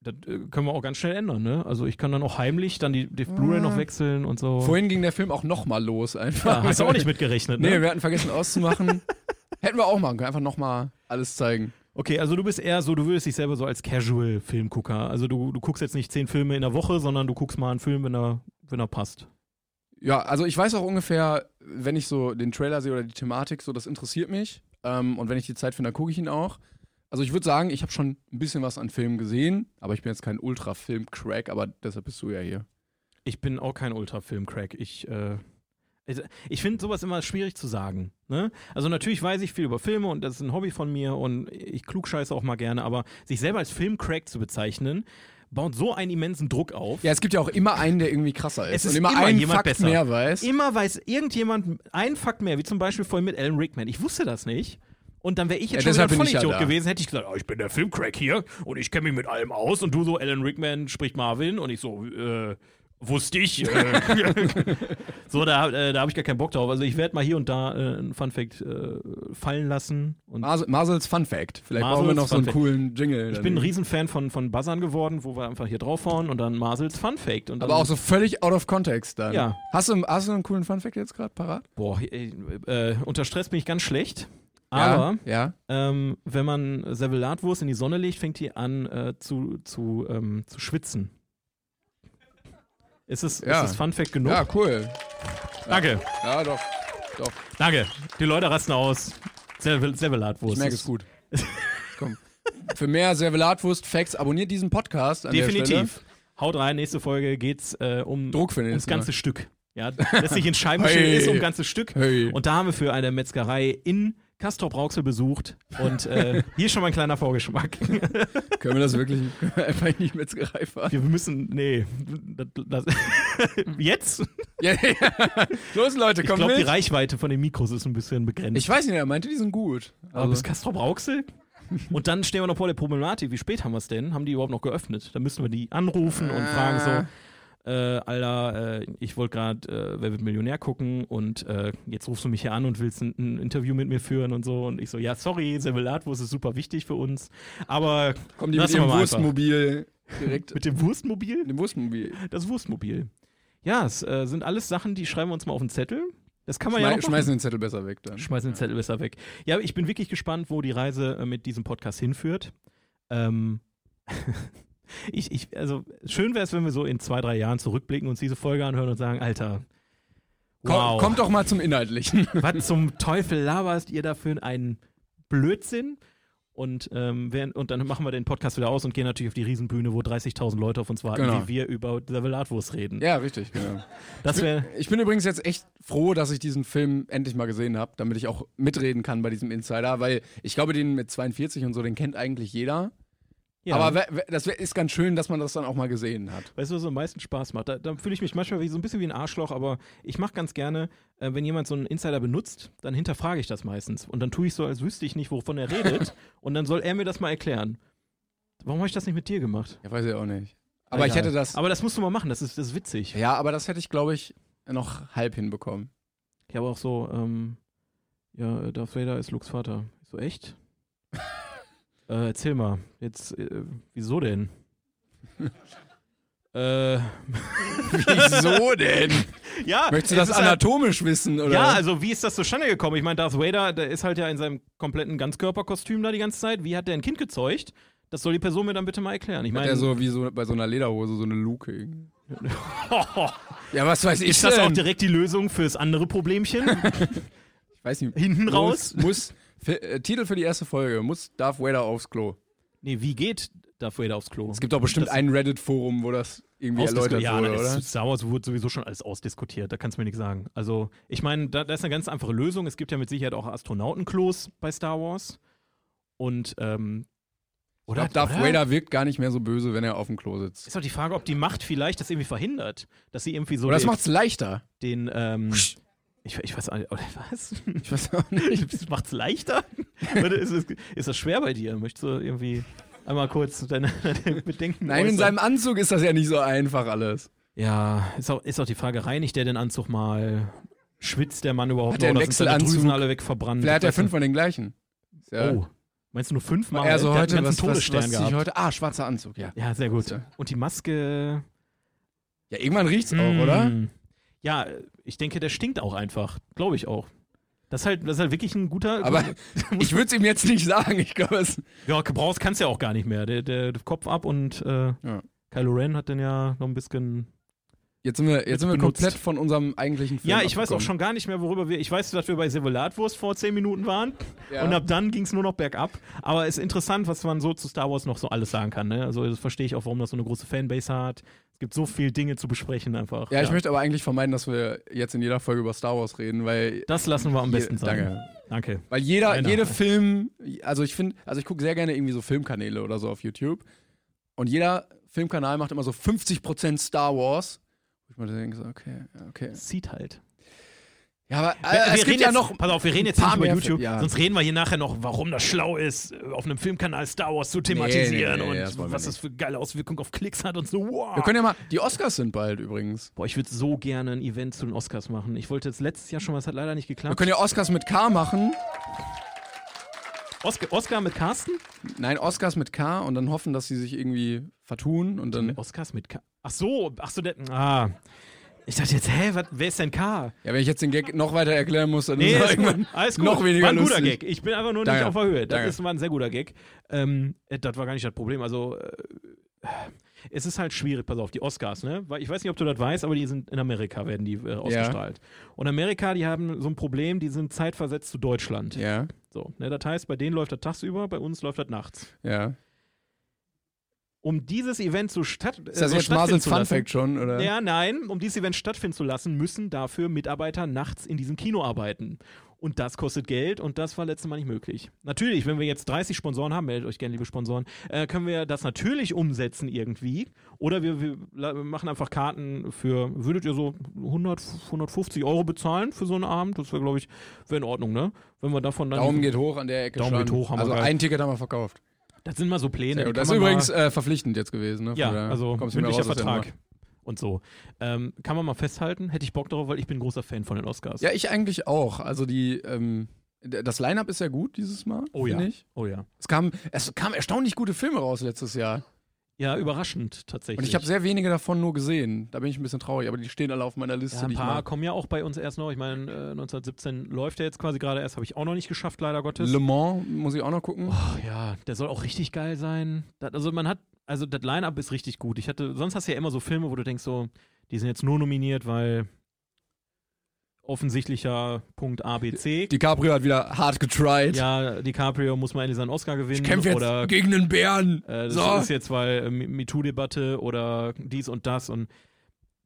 A: das äh, können wir auch ganz schnell ändern, ne? Also ich kann dann auch heimlich dann die, die Blu-ray noch wechseln und so.
B: Vorhin ging der Film auch nochmal los einfach.
A: ja, hast du auch nicht mitgerechnet, ne?
B: Nee, wir hatten vergessen auszumachen. Hätten wir auch machen können, einfach nochmal alles zeigen.
A: Okay, also du bist eher so, du würdest dich selber so als Casual-Filmgucker. Also du, du guckst jetzt nicht zehn Filme in der Woche, sondern du guckst mal einen Film, wenn er, wenn er passt.
B: Ja, also ich weiß auch ungefähr, wenn ich so den Trailer sehe oder die Thematik, so das interessiert mich. Ähm, und wenn ich die Zeit finde, dann gucke ich ihn auch. Also ich würde sagen, ich habe schon ein bisschen was an Filmen gesehen, aber ich bin jetzt kein Ultra-Film-Crack, aber deshalb bist du ja hier.
A: Ich bin auch kein Ultra-Film-Crack. Ich, äh, ich- ich finde sowas immer schwierig zu sagen. Ne? Also natürlich weiß ich viel über Filme und das ist ein Hobby von mir und ich klugscheiße auch mal gerne, aber sich selber als Film-Crack zu bezeichnen, baut so einen immensen Druck auf.
B: Ja, es gibt ja auch immer einen, der irgendwie krasser
A: Es
B: ist,
A: ist
B: und immer,
A: immer
B: einen
A: jemand
B: Fakt
A: besser.
B: mehr weiß.
A: Immer weiß irgendjemand einen Fakt mehr, wie zum Beispiel vorhin mit Alan Rickman. Ich wusste das nicht. Und dann wäre ich jetzt
B: Ja,
A: schon wieder
B: deshalb bin ich ja
A: Vollidiot
B: da.
A: gewesen, hätte ich gesagt, oh, ich bin der Filmcrack hier und ich kenne mich mit allem aus und du so, Alan Rickman spricht Marvin und ich so, äh, wusste ich. Äh. so, da, äh, da habe ich gar keinen Bock drauf. Also ich werde mal hier und da äh, einen Funfact äh, fallen lassen. Und
B: Marcel, Marcels Fun Fact. Vielleicht
A: Marcels
B: brauchen wir noch so
A: Fun
B: einen
A: Fact.
B: coolen Jingle.
A: ich bin ein Riesenfan von, von Buzzern geworden, wo wir einfach hier draufhauen und dann Marsels Funfact. Und dann,
B: aber auch so völlig out of context dann.
A: Ja.
B: Hast du, hast du einen coolen Fun Fact jetzt gerade parat?
A: boah, äh, äh, unter Stress bin ich ganz schlecht. Aber
B: Ja. ja.
A: ähm, wenn man Servelatwurst in die Sonne legt, fängt die an äh, zu, zu, ähm, zu schwitzen. Ist es,
B: Ja.
A: ist es Fun Fact genug?
B: Ja, cool.
A: Danke,
B: Ja, doch.
A: danke. Die Leute rasten aus. Servel- Servelatwurst.
B: Ich merke es gut. Komm. Für mehr Servelatwurst-Facts abonniert diesen Podcast. An Der Stelle.
A: Definitiv. Haut rein, nächste Folge geht's äh, um
B: Druck für den
A: ums
B: nächsten
A: ganze Stück. Ja, das sich in Scheiben hey. ist um ganzes Stück.
B: Hey.
A: Und da haben wir für eine Metzgerei in Castor Brauxel besucht. Und äh, hier schon mal ein kleiner Vorgeschmack.
B: Mal. Können wir das wirklich einfach nicht Metzgerei fahren?
A: Wir müssen, nee, das, das, jetzt?
B: Ja, ja. Los, Leute,
A: Ich
B: kommt
A: glaube, die
B: mit.
A: Reichweite von den Mikros ist ein bisschen begrenzt.
B: Ich weiß nicht, er meinte, die sind gut.
A: Aber bis Castro Brauxel? Und dann stehen wir noch vor der Problematik. Wie spät haben wir es denn? Haben die überhaupt noch geöffnet? Da müssen wir die anrufen
B: Ah.
A: und fragen so, äh, Alter, äh, ich wollte gerade äh, Wer wird Millionär gucken und äh, jetzt rufst du mich hier an und willst ein, ein Interview mit mir führen und so. Und ich so, ja, sorry, Servelatwurst ist super wichtig für uns, aber
B: kommen die mit
A: lassen wir
B: ihrem
A: mal einfach.
B: Wurstmobil direkt mit
A: mit dem Wurstmobil?
B: dem Wurstmobil.
A: Das Wurstmobil. Ja, es äh, sind alles Sachen, die schreiben wir uns mal auf den Zettel. Das kann man ja
B: Schmei
A: noch machen.
B: schmeißen den Zettel besser weg dann.
A: Schmeißen den Zettel besser weg. Ja, ich bin wirklich gespannt, wo die Reise äh, mit diesem Podcast hinführt. Ähm, ich, ich, also schön wäre es, wenn wir so in zwei, drei Jahren zurückblicken, uns diese Folge anhören und sagen, Alter,
B: Komm,
A: wow,
B: Kommt doch mal zum Inhaltlichen.
A: was zum Teufel laberst ihr dafür einen Blödsinn? Und, ähm, während, und dann machen wir den Podcast wieder aus und gehen natürlich auf die Riesenbühne, wo 30.000 Leute auf uns warten,
B: Genau.
A: wie wir über Servelatwurst reden.
B: Ja, richtig, genau.
A: Das wäre
B: Ich bin übrigens jetzt echt froh, dass ich diesen Film endlich mal gesehen habe, damit ich auch mitreden kann bei diesem Insider, weil ich glaube, den mit 42 und so, den kennt eigentlich jeder.
A: ja.
B: Aber we- we- das wär- ist ganz schön, dass man das dann auch mal gesehen hat.
A: Weißt du, was am meisten Spaß macht? Da, da fühle ich mich manchmal wie, so ein bisschen wie ein Arschloch, aber ich mache ganz gerne, äh, wenn jemand so einen Insider benutzt, dann hinterfrage ich das meistens. Und dann tue ich so, als wüsste ich nicht, wovon er redet. und dann soll er mir das mal erklären. Warum habe ich das nicht mit dir gemacht?
B: Ja, weiß ich auch nicht. Aber ich
A: Egal.
B: hätte das.
A: Aber das musst du mal machen, das ist, das ist witzig.
B: ja, aber das hätte ich, glaube ich, noch halb hinbekommen.
A: Ich habe auch so, ähm, ja, äh, Darth Vader ist Lukes Vater. Ich so, echt? äh, erzähl mal, jetzt, äh, wieso denn? äh,
B: Wieso denn?
A: Ja,
B: Möchtest du
A: es
B: das
A: ist halt-
B: anatomisch wissen? Oder?
A: Ja, also wie ist das zustande gekommen? Ich meine, Darth Vader, der ist halt ja in seinem kompletten Ganzkörperkostüm da die ganze Zeit. Wie hat der ein Kind gezeugt? Das soll die Person mir dann bitte mal erklären. Ich
B: Hat
A: meine,
B: er so wie so bei so einer Lederhose so eine Luke.
A: oh,
B: Ja, was weiß ich
A: ist das
B: denn?
A: auch direkt die Lösung fürs andere Problemchen?
B: ich weiß nicht.
A: hinten
B: muss,
A: raus?
B: Muss, für, äh, Titel für die erste Folge, muss Darth Vader aufs Klo.
A: nee, wie geht Darth Vader aufs Klo?
B: Es gibt doch bestimmt
A: Das-
B: ein Reddit-Forum, wo das irgendwie
A: Ausdiskutiert.
B: erläutert
A: Ja,
B: wurde,
A: na,
B: oder?
A: es- Star Wars wurde sowieso schon alles ausdiskutiert, da kannst du mir nichts sagen. Also, ich meine, da, da ist eine ganz einfache Lösung. Es gibt ja mit Sicherheit auch Astronautenklos bei Star Wars. Und, ähm, oder?
B: Ich glaub, Darth
A: oder?
B: Vader wirkt gar nicht mehr so böse, wenn er auf dem Klo sitzt.
A: Ist doch die Frage, ob die Macht vielleicht das irgendwie verhindert, dass sie irgendwie so
B: Oder das
A: den,
B: macht's leichter.
A: den ähm, ich, ich weiß auch nicht, oder was?
B: Ich weiß auch nicht.
A: Das macht's leichter? Oder ist, es, ist das schwer bei dir? Möchtest du irgendwie einmal kurz deine, deine Bedenken
B: Nein, in
A: äußern?
B: seinem Anzug ist das ja nicht so einfach
A: Hm,
B: alles.
A: Ja, ist auch, ist auch die Frage, reinigt der den Anzug mal? Schwitzt der Mann überhaupt
B: Hat der
A: noch?
B: einen
A: Oder sind seine
B: Wechselanzug?
A: Drüsen alle wegverbrannt?
B: Vielleicht hat er
A: Weißt du?
B: fünf von den gleichen. Ist Ja.
A: Oh, meinst du nur fünfmal?
B: er so
A: Der hat
B: heute,
A: einen
B: was,
A: ganzen
B: was,
A: Todesstern
B: was ziehe
A: gehabt.
B: ich heute? Ah, schwarzer Anzug, ja.
A: Ja, sehr gut.
B: Ja.
A: Und die Maske...
B: Ja, irgendwann riecht's
A: Hm.
B: auch, oder?
A: Ja, ich denke, der stinkt auch einfach. Glaube ich auch. Das ist, halt, das ist halt wirklich ein guter.
B: Aber ich würde es ihm jetzt nicht sagen. Ich glaube, es.
A: ja, Gebrauchs kannst ja auch gar nicht mehr. Der, der, der Kopf ab und äh, Kylo Ren hat dann ja noch ein bisschen.
B: Jetzt sind wir, jetzt sind wir
A: Benutzt.
B: komplett von unserem eigentlichen Film.
A: Ja, ich weiß auch
B: abgekommen.
A: schon gar nicht mehr, worüber wir. Ich weiß, dass wir bei Silvelatwurst vor 10 Minuten waren
B: Ja.
A: und ab dann ging es nur noch bergab. Aber es ist interessant, was man so zu Star Wars noch so alles sagen kann. Ne? Also, das verstehe ich auch, warum das so eine große Fanbase hat. Es gibt so viele Dinge zu besprechen einfach.
B: Ja, ich möchte aber eigentlich vermeiden, dass wir jetzt in jeder Folge über Star Wars reden, weil.
A: Das lassen wir am besten sein.
B: Danke.
A: Danke.
B: Weil jeder,
A: Einer.
B: jede Film, also ich finde, also ich gucke sehr gerne irgendwie so Filmkanäle oder so auf YouTube. Und jeder Filmkanal macht immer so 50% Star Wars. Wo ich mir denke, so, okay, ja, okay.
A: Sieht halt.
B: Ja, aber
A: Wir-
B: äh,
A: wir
B: es
A: reden
B: gibt ja
A: jetzt,
B: noch.
A: Pass auf, wir reden jetzt
B: ein
A: nicht
B: paar
A: über
B: mehr
A: YouTube,
B: Fil- ja.
A: sonst reden wir hier nachher noch, warum das schlau ist, äh, auf einem Filmkanal Star Wars zu thematisieren
B: nee, nee, das
A: und
B: wollen wir
A: was das für geile Auswirkungen auf Klicks hat und so. Wow.
B: Wir können ja mal. Die Oscars sind bald übrigens.
A: Boah, ich würde so gerne ein Event zu den Oscars machen. Ich wollte jetzt letztes Jahr schon mal, es hat leider nicht
B: Wir
A: geklappt.
B: können ja Oscars mit K machen.
A: Oscar, Oscar mit Carsten?
B: Nein, Oscars mit K und dann hoffen, dass sie sich irgendwie vertun und dann.
A: Oscars mit K. Ach so, ach so, der, ah. Ich dachte jetzt, hä, wat, wer ist denn K?
B: Ja, wenn ich jetzt den Gag noch weiter erklären muss, dann ist
A: ist
B: das irgendwann
A: gut. alles gut.
B: noch weniger
A: War ein guter
B: lustig.
A: Gag. Ich bin einfach nur
B: Danke.
A: nicht auf der Höhe. Das
B: Danke.
A: ist, war ein sehr guter Gag. Ähm, äh, das war gar nicht das Problem. Also, äh, es ist halt schwierig, pass auf, die Oscars, ne? Weil ich weiß nicht, ob du das weißt, aber die sind in Amerika, werden die äh, ausgestrahlt. Und Amerika, die haben so ein Problem, die sind zeitversetzt zu Deutschland.
B: Ja,
A: So, ne? Das heißt, bei denen läuft das tagsüber, bei uns läuft das nachts.
B: ja.
A: Um dieses Event zu statt.
B: Ist das
A: Äh, so
B: jetzt
A: stattfinden
B: Marcel's
A: zu
B: Fun
A: lassen-
B: Fact schon, oder?
A: ja, nein, um dieses Event stattfinden zu lassen, müssen dafür Mitarbeiter nachts in diesem Kino arbeiten. Und das kostet Geld und das war letztes Mal nicht möglich. Natürlich, wenn wir jetzt 30 Sponsoren haben, meldet euch gerne, liebe Sponsoren, äh, können wir das natürlich umsetzen irgendwie. Oder wir, wir la- machen einfach Karten für, würdet ihr so 100, 150 Euro bezahlen für so einen Abend? Das wäre, glaube ich, wäre in Ordnung, ne? Wenn wir davon dann.
B: Daumen geht hoch an der Ecke
A: Daumen
B: schon.
A: geht hoch, haben wir
B: also
A: geil.
B: ein Ticket haben wir verkauft.
A: Das sind mal so Pläne.
B: Sehr
A: die
B: gut.
A: kann
B: Das ist
A: man mal-
B: übrigens äh, verpflichtend jetzt gewesen. Ne? Von
A: Ja,
B: daher
A: also
B: kommst du mehr
A: mündlicher
B: raus aus der
A: Vertrag
B: Nummer.
A: und so. Ähm, kann man mal festhalten, hätte ich Bock darauf, weil ich bin ein großer Fan von den Oscars.
B: Ja, ich eigentlich auch. Also die, ähm, d- das Line-Up ist ja gut dieses Mal,
A: Oh
B: finde
A: ja.
B: ich.
A: Oh ja.
B: Es kamen es kam erstaunlich gute Filme raus letztes Jahr.
A: Ja, überraschend tatsächlich.
B: Und ich habe sehr wenige davon nur gesehen. Da bin ich ein bisschen traurig, aber die stehen alle auf meiner Liste.
A: ja, ein
B: die ich
A: paar
B: mag.
A: kommen ja auch bei uns erst noch. Ich meine, äh, 1917 läuft ja jetzt quasi gerade erst, habe ich auch noch nicht geschafft, leider Gottes.
B: Le Mans muss ich auch noch gucken.
A: Ach ja, der soll auch richtig geil sein. Das, also man hat, also das Line-Up ist richtig gut. Ich hatte, sonst hast du ja immer so Filme, wo du denkst so, die sind jetzt nur nominiert, weil offensichtlicher Punkt A, B, C.
B: DiCaprio hat wieder hart getried.
A: ja, DiCaprio muss mal endlich seinen Oscar gewinnen.
B: ich kämpfe jetzt
A: oder
B: gegen den Bären.
A: Äh, das
B: So.
A: ist jetzt, weil äh, MeToo-Debatte oder dies und das und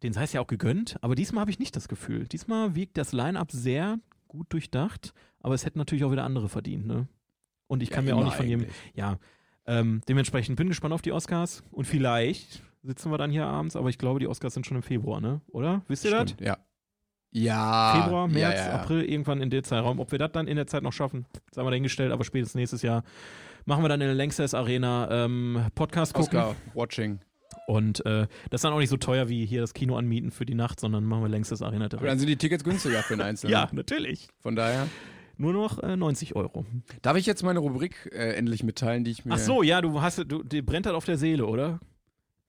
A: den sei es ja auch gegönnt, aber diesmal habe ich nicht das Gefühl. Diesmal wiegt das Line-Up sehr gut durchdacht, aber es hätten natürlich auch wieder andere verdient, ne? Und ich kann mir auch
B: immer
A: nicht von jedem.
B: eigentlich.
A: Ja, ähm, dementsprechend bin gespannt auf die Oscars und vielleicht sitzen wir dann hier abends, aber ich glaube, die Oscars sind schon im Februar, ne? Oder? Wisst ihr das?
B: Stimmt, Ja. Ah, Ja.
A: Februar, März,
B: ja, ja, ja.
A: April, irgendwann in der Zeitraum. Ob wir das dann in der Zeit noch schaffen, sei mal dahingestellt, aber spätestens nächstes Jahr machen wir dann in der Lanxess Arena ähm, Podcast gucken.
B: Oscar Watching.
A: Und äh, das ist dann auch nicht so teuer wie hier das Kino anmieten für die Nacht, sondern machen wir längst das Arena
B: Aber dann
A: direkt.
B: sind die Tickets günstiger für den Einzelnen.
A: Ja, natürlich.
B: Von daher.
A: Nur noch äh, 90 Euro.
B: Darf ich jetzt meine Rubrik äh, endlich mitteilen, die ich mir.
A: Ach so, ja, du hast, du, die brennt halt auf der Seele, oder?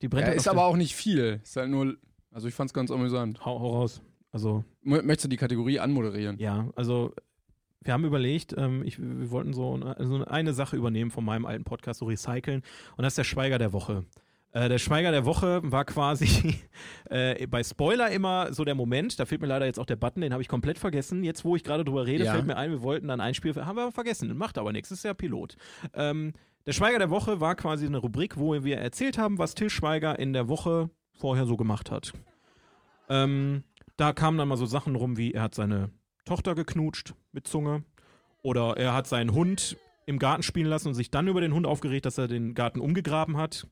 A: Die brennt
B: Ja,
A: halt
B: ist
A: auf
B: aber auch nicht viel. Ist halt nur. Also ich fand's ganz amüsant.
A: der, hau, hau raus. Also,
B: Mö- Möchtest du die Kategorie anmoderieren?
A: ja, also wir haben überlegt, ähm, ich, wir wollten so eine, also eine Sache übernehmen von meinem alten Podcast, so recyceln. Und das ist der Schweiger der Woche. Äh, der Schweiger der Woche war quasi äh, bei Spoiler immer so der Moment, da fehlt mir leider jetzt auch der Button, den habe ich komplett vergessen. Jetzt, wo ich gerade drüber rede,
B: Ja.
A: fällt mir ein, wir wollten dann ein Spiel, haben wir aber vergessen, macht aber nichts, ist ja Pilot. Ähm, der Schweiger der Woche war quasi eine Rubrik, wo wir erzählt haben, was Till Schweiger in der Woche vorher so gemacht hat. Ähm, da kamen dann mal so Sachen rum, wie er hat seine Tochter geknutscht mit Zunge oder er hat seinen Hund im Garten spielen lassen und sich dann über den Hund aufgeregt, dass er den Garten umgegraben hat.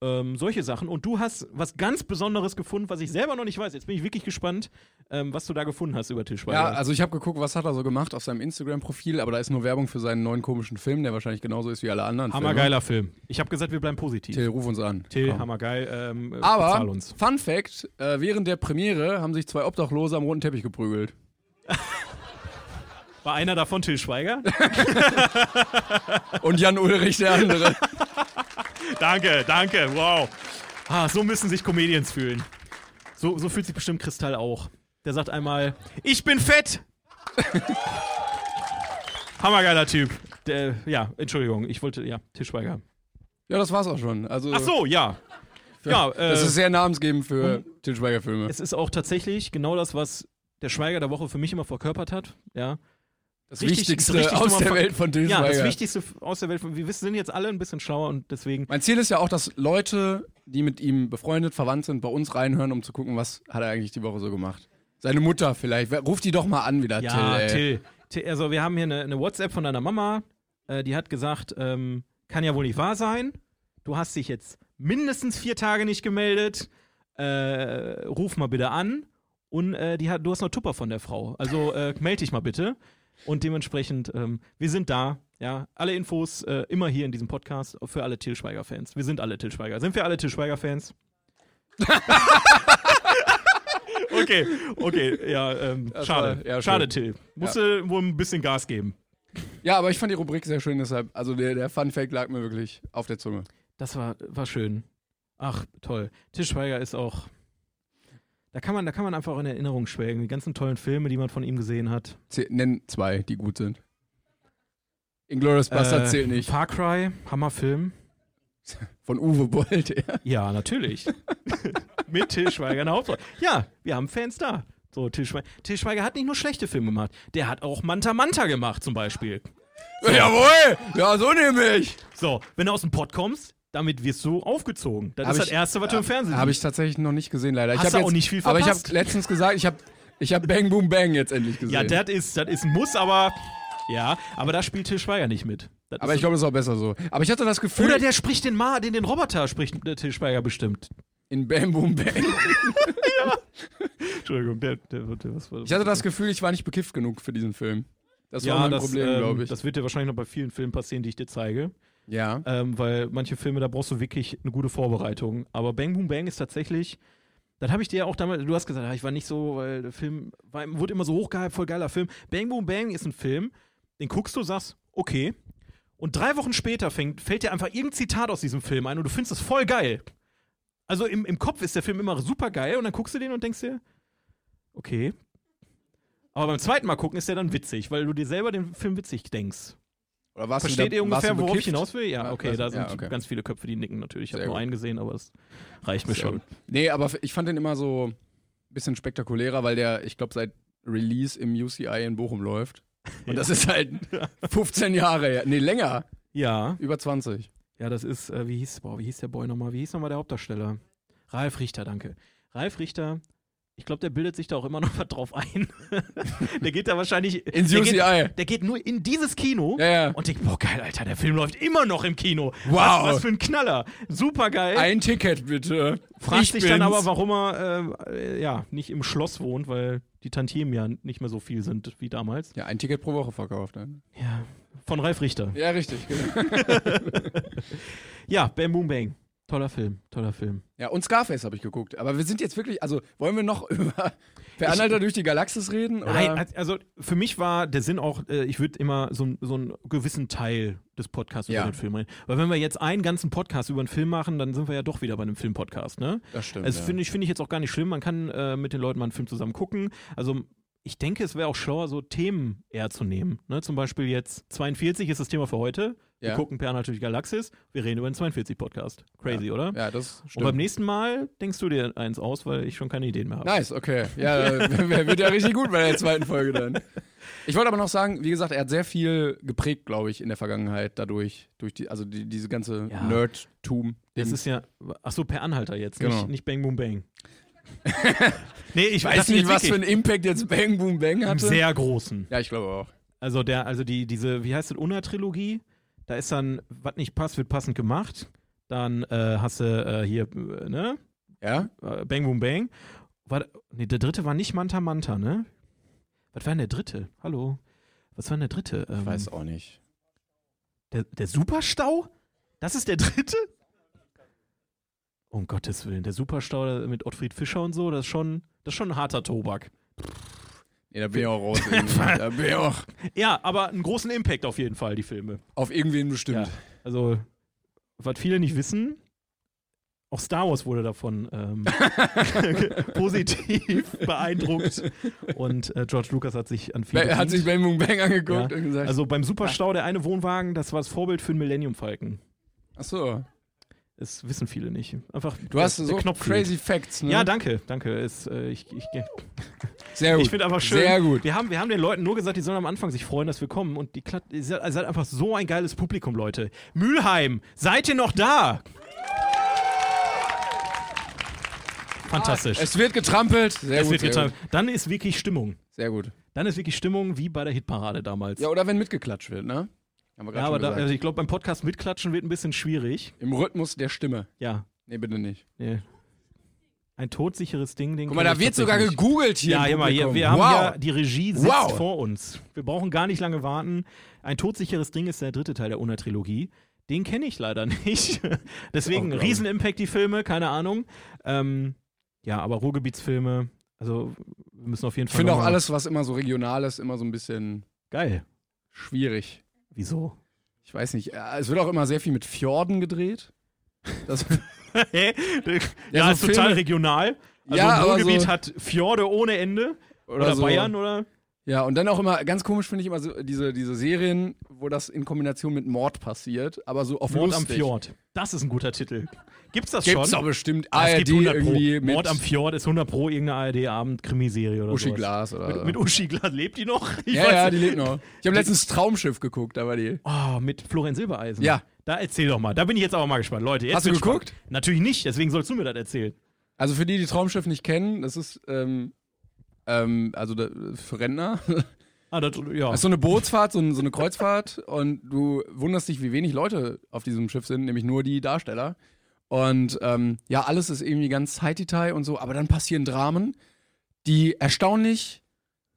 A: Ähm, solche Sachen. Und du hast was ganz Besonderes gefunden, was ich selber noch nicht weiß. Jetzt bin ich wirklich gespannt, ähm, was du da gefunden hast über Tischweiger.
B: Ja, also ich habe geguckt, was hat er so gemacht auf seinem Instagram-Profil, aber da ist nur Werbung für seinen neuen komischen Film, der wahrscheinlich genauso ist wie alle anderen.
A: Hammergeiler Film. Ich habe gesagt, wir bleiben positiv.
B: Filme. ne? Till, ruf uns an.
A: Till,
B: Komm.
A: hammergeil. Ähm, äh, bezahl
B: Aber,
A: uns.
B: Fun Fact: äh, Während der Premiere haben sich zwei Obdachlose am roten Teppich geprügelt.
A: War einer davon Till Schweiger?
B: Und Jan Ulrich, der andere.
A: danke, danke, wow. Ah, so müssen sich Comedians fühlen. So, so fühlt sich bestimmt Kristall auch. Der sagt einmal, ich bin fett. Hammergeiler Typ. Der, ja, Entschuldigung, ich wollte, ja, Tischweiger.
B: ja, das war's auch schon. Also,
A: Ach so, ja. Ja, äh,
B: das ist sehr namensgebend für Til Schweiger-Filme.
A: es ist auch tatsächlich genau das, was der Schweiger der Woche für mich immer verkörpert hat. Ja,
B: Das
A: richtig-
B: Wichtigste
A: richtig
B: aus
A: Nummer
B: der
A: von-
B: Welt von Til
A: ja
B: Schweiger.
A: das Wichtigste aus der Welt. von- Wir wissen, sind jetzt alle ein bisschen schlauer und deswegen
B: Mein Ziel ist ja auch, dass Leute, die mit ihm befreundet, verwandt sind, bei uns reinhören, um zu gucken, was hat er eigentlich die Woche so gemacht. Seine Mutter vielleicht. Wer- Ruf die doch mal an wieder,
A: Ja,
B: Till.
A: Till.
B: ey.
A: Till, Also wir haben hier eine, eine WhatsApp von deiner Mama, äh, die hat gesagt, ähm, kann ja wohl nicht wahr sein. Du hast dich jetzt mindestens vier Tage nicht gemeldet. Äh, ruf mal bitte an. Und äh, die hat, du hast noch Tupper von der Frau. Also äh, melde dich mal bitte. Und dementsprechend, ähm, wir sind da. Ja, alle Infos äh, immer hier in diesem Podcast für alle Till Schweiger-Fans. Wir sind alle Till Schweiger. Sind wir alle Till Schweiger-Fans? okay, okay, ja, ähm, schade.
B: war- ja,
A: schade,
B: schön.
A: Till. Musste wohl ein bisschen Gas geben.
B: Ja, aber ich fand die Rubrik sehr schön, deshalb. Also der, der Fun Fact lag mir wirklich auf der Zunge.
A: Das war, war schön. Ach, toll. Tischweiger ist auch. Da kann, man, da kann man einfach in Erinnerung schwelgen. Die ganzen tollen Filme, die man von ihm gesehen hat.
B: Zäh- Nenn zwei, die gut sind. Inglourious Bastard zählt nicht.
A: Äh, Far Cry, Hammerfilm.
B: Von Uwe Boll, der.
A: Ja, natürlich. Mit Til Schweiger in der Hauptrolle. Ja, wir haben Fans da. So, Til Schweiger. Til Schweiger hat nicht nur schlechte Filme gemacht. Der hat auch Manta Manta gemacht, zum Beispiel.
B: Jawohl! Ja, so nehme ich!
A: So, wenn du aus dem Pott kommst, damit wirst du aufgezogen. Das
B: Hab
A: ist das
B: ich-
A: Erste, was du im Fernsehen
B: Habe ich tatsächlich noch nicht gesehen, leider.
A: Hast
B: ich
A: du
B: hab
A: auch
B: jetzt,
A: nicht viel
B: Aber ich habe
A: verpasst?
B: letztens gesagt, ich habe ich hab Bang Boom Bang jetzt endlich gesehen.
A: Ja, das ist, das ist ein Muss, aber. Ja, aber da spielt Til Schweiger nicht mit. Das
B: aber
A: ist
B: ich glaube, das ist auch besser so. Aber ich hatte das Gefühl,
A: Also Oder der spricht den Ma, den, den Roboter spricht der Til Schweiger bestimmt.
B: in Bam Boom Bang.
A: Entschuldigung, der, der, der was war das?
B: Ich hatte das Gefühl, ich war nicht bekifft genug für diesen Film. Das war
A: ja,
B: mein
A: das,
B: Problem,
A: ähm,
B: glaube ich.
A: das wird dir wahrscheinlich noch bei vielen Filmen passieren, die ich dir zeige.
B: ja.
A: Ähm, weil manche Filme, da brauchst du wirklich eine gute Vorbereitung. Aber Bang Boom Bang ist tatsächlich, das habe ich dir ja auch damals, du hast gesagt, ah, ich war nicht so, weil der Film war, wurde immer so hochgehypt, voll geiler Film. Bang Boom Bang ist ein Film, den guckst du, sagst, okay. Und drei Wochen später fängt, fällt dir einfach irgendein Zitat aus diesem Film ein und du findest es voll geil. Also im, im Kopf ist der Film immer super geil und dann guckst du den und denkst dir, okay. Aber beim zweiten Mal gucken ist der dann witzig, weil du dir selber den Film witzig denkst.
B: Oder warst
A: Versteht
B: da-
A: ihr
B: warst
A: ungefähr, worauf ich
B: bekifft?
A: hinaus will? Ja,
B: Ja,
A: okay,
B: weiß-
A: da sind
B: ja, okay.
A: ganz viele Köpfe, die nicken natürlich. Ich habe
B: Sehr
A: nur
B: gut.
A: einen gesehen, aber das reicht mir
B: Sehr
A: schon.
B: gut. Nee, aber f- ich fand den immer so ein bisschen spektakulärer, weil der, ich glaube, seit Release im UCI in Bochum läuft. Und das ist halt 15 Jahre her. Nee, länger.
A: Ja,
B: Über 20.
A: ja, das ist, äh, wie hieß, boah, wie hieß der Boy nochmal? Wie hieß nochmal der Hauptdarsteller? Ralf Richter, danke. Ralf Richter, ich glaube, der bildet sich da auch immer noch was drauf ein. der geht da wahrscheinlich.
B: Ins
A: der
B: UCI.
A: Geht, der geht nur in dieses Kino
B: Ja, ja.
A: und denkt, boah, geil, Alter, der Film läuft immer noch im Kino.
B: Wow.
A: Was, was für ein Knaller. Super geil.
B: Ein Ticket bitte.
A: Fragt
B: Ich
A: sich dann
B: bin's.
A: aber, warum er äh, äh, ja, nicht im Schloss wohnt, weil die Tantiemen ja nicht mehr so viel sind wie damals.
B: Ja, ein Ticket pro Woche verkauft. Ne?
A: Ja. Von Ralf Richter.
B: Ja, richtig, genau.
A: Ja, Bam Boom Bang. Toller Film, toller Film.
B: Ja, und Scarface habe ich geguckt. Aber wir sind jetzt wirklich, also wollen wir noch über Per Anhalter durch die Galaxis reden? Oder?
A: Nein, also für mich war der Sinn auch, äh, ich würde immer so, ein- so einen gewissen Teil des Podcasts
B: Ja.
A: über den Film reden. Weil wenn wir jetzt einen ganzen Podcast über einen Film machen, dann sind wir ja doch wieder bei einem Film-Podcast, ne?
B: das stimmt.
A: Also
B: ja.
A: finde ich, finde ich jetzt auch gar nicht schlimm. Man kann äh, mit den Leuten mal einen Film zusammen gucken. Also ich denke, es wäre auch schlauer, so Themen eher zu nehmen. Ne? Zum Beispiel jetzt 42 ist das Thema für heute. Wir
B: Ja.
A: gucken per natürlich Galaxis. Wir reden über den 42-Podcast. Crazy, oder?
B: ja, das
A: Und beim
B: stimmt.
A: nächsten Mal denkst du dir eins aus, weil ich schon keine Ideen mehr habe.
B: Nice, okay. Ja, äh, wird ja richtig gut bei der zweiten Folge dann. Ich wollte aber noch sagen, wie gesagt, er hat sehr viel geprägt, glaube ich, in der Vergangenheit dadurch, durch die, also die, diese ganze
A: Ja.
B: Nerd-Tum.
A: Das ist ja, ach so, per Anhalter jetzt,
B: Genau.
A: nicht, nicht Bang Boom Bang. nee, ich
B: weiß
A: das
B: nicht,
A: jetzt
B: was für
A: wirklich
B: einen Impact jetzt Bang Boom Bang
A: einen
B: hatte.
A: sehr großen.
B: ja, ich glaube auch.
A: Also der, also die, diese, wie heißt das, Una-Trilogie, da ist dann, was nicht passt, wird passend gemacht. Dann äh, hast du äh, hier, äh, ne,
B: Ja?
A: Äh, Bang Boom Bang. War, nee, der dritte war nicht Manta Manta, ne? Was war denn der dritte? Hallo? Was war denn der dritte? Ähm,
B: auch nicht.
A: Der, der Superstau? Das ist der dritte? Um Gottes Willen, der Superstau mit Ottfried Fischer und so, das ist schon, das ist schon ein harter Tobak.
B: Nee, da bin ich auch raus. irgendwie. da bin ich auch
A: Ja, aber einen großen Impact auf jeden Fall, die Filme.
B: auf irgendwen bestimmt.
A: Also, was viele nicht wissen, auch Star Wars wurde davon ähm, positiv beeindruckt. Und äh, George Lucas hat sich an viele.
B: Er hat sich Ah.
A: bedient.
B: Bang Boom Bang angeguckt
A: Ja.
B: und gesagt,
A: also beim Superstau, der eine Wohnwagen, das war das Vorbild für den Millennium Falcon. Also,
B: ach so,
A: Das wissen viele nicht. Einfach
B: du hast so
A: Knopf fehlt.
B: crazy Facts, ne?
A: Ja, danke, danke. Es, äh, ich ich,
B: Sehr gut.
A: ich finde einfach schön.
B: Sehr gut.
A: Wir haben, wir haben den Leuten nur gesagt, die sollen am Anfang sich freuen, dass wir kommen. Und die Klat ihr seid, ihr seid einfach so ein geiles Publikum, Leute. Mülheim, seid ihr noch da? Fantastisch.
B: Es wird getrampelt. Sehr
A: Es
B: gut.
A: wird
B: sehr,
A: getan.
B: gut.
A: Dann ist wirklich Stimmung.
B: sehr gut.
A: Dann ist wirklich Stimmung wie bei der Hitparade damals.
B: Ja, oder wenn mitgeklatscht wird, ne? Haben wir gerade
A: Ja,
B: schon
A: aber da,
B: gesagt.
A: also ich glaube, beim Podcast mitklatschen wird ein bisschen schwierig.
B: Im Rhythmus der Stimme.
A: Ja.
B: Nee, bitte nicht.
A: Nee. Ein todsicheres Ding, den
B: Guck mal,
A: kenn
B: da
A: ich
B: wird sogar
A: tatsächlich nicht.
B: gegoogelt hier.
A: Ja,
B: im
A: hier mal hier.
B: Publikum.
A: Wir haben
B: wow.
A: ja die Regie sitzt
B: Wow.
A: vor uns. Wir brauchen gar nicht lange warten. Ein todsicheres Ding ist der dritte Teil der Una-Trilogie. Den kenne ich leider nicht. Deswegen
B: Unglaublich.
A: Riesen-Impact die Filme, keine Ahnung. Ähm, ja, aber Ruhrgebietsfilme, also wir müssen auf jeden
B: Ich
A: Fall.
B: finde auch
A: noch mal-
B: alles, was immer so regional ist, immer so ein bisschen
A: geil.
B: schwierig.
A: Wieso?
B: Ich weiß nicht. Äh, Es wird auch immer sehr viel mit Fjorden gedreht. Das,
A: Hä?
B: so
A: ja, ist total
B: Filme-
A: regional. Also
B: Ja, aber
A: Ruhrgebiet
B: so-
A: hat Fjorde ohne Ende. Oder,
B: so.
A: Bayern oder?
B: Ja, und dann auch immer, ganz komisch finde ich immer so, diese, diese Serien, wo das in Kombination mit Mord passiert, aber so auf
A: Mord am
B: lustig.
A: Fjord. Das ist ein guter Titel. Gibt's das
B: Gibt's
A: schon?
B: doch bestimmt
A: Ja, es
B: ARD
A: gibt 100
B: irgendwie
A: Pro.
B: mit
A: Mord am Fjord ist 100 Pro irgendeine ARD-Abend-Krimiserie oder
B: Uschi
A: sowas.
B: Glas oder
A: Mit, mit Uschi Glas lebt die noch? Ich
B: Ja,
A: weiß
B: ja, die
A: nicht.
B: lebt noch. Ich habe letztens Traumschiff geguckt, aber die.
A: Oh, mit Florian Silbereisen.
B: Ja.
A: Da erzähl doch mal. Da bin ich jetzt aber mal gespannt. Leute, jetzt
B: Hast du
A: wird's
B: geguckt?
A: Spannend. Natürlich nicht, deswegen sollst du mir das erzählen.
B: Also für die, die Traumschiff nicht kennen, das ist ähm, ähm, also da, für Rentner.
A: Ah, das, ja.
B: Das ist so eine Bootsfahrt, so, ein, so eine Kreuzfahrt und du wunderst dich, wie wenig Leute auf diesem Schiff sind, nämlich nur die Darsteller. Und ähm, ja, alles ist irgendwie ganz High-Detail und so, aber dann passieren Dramen, die erstaunlich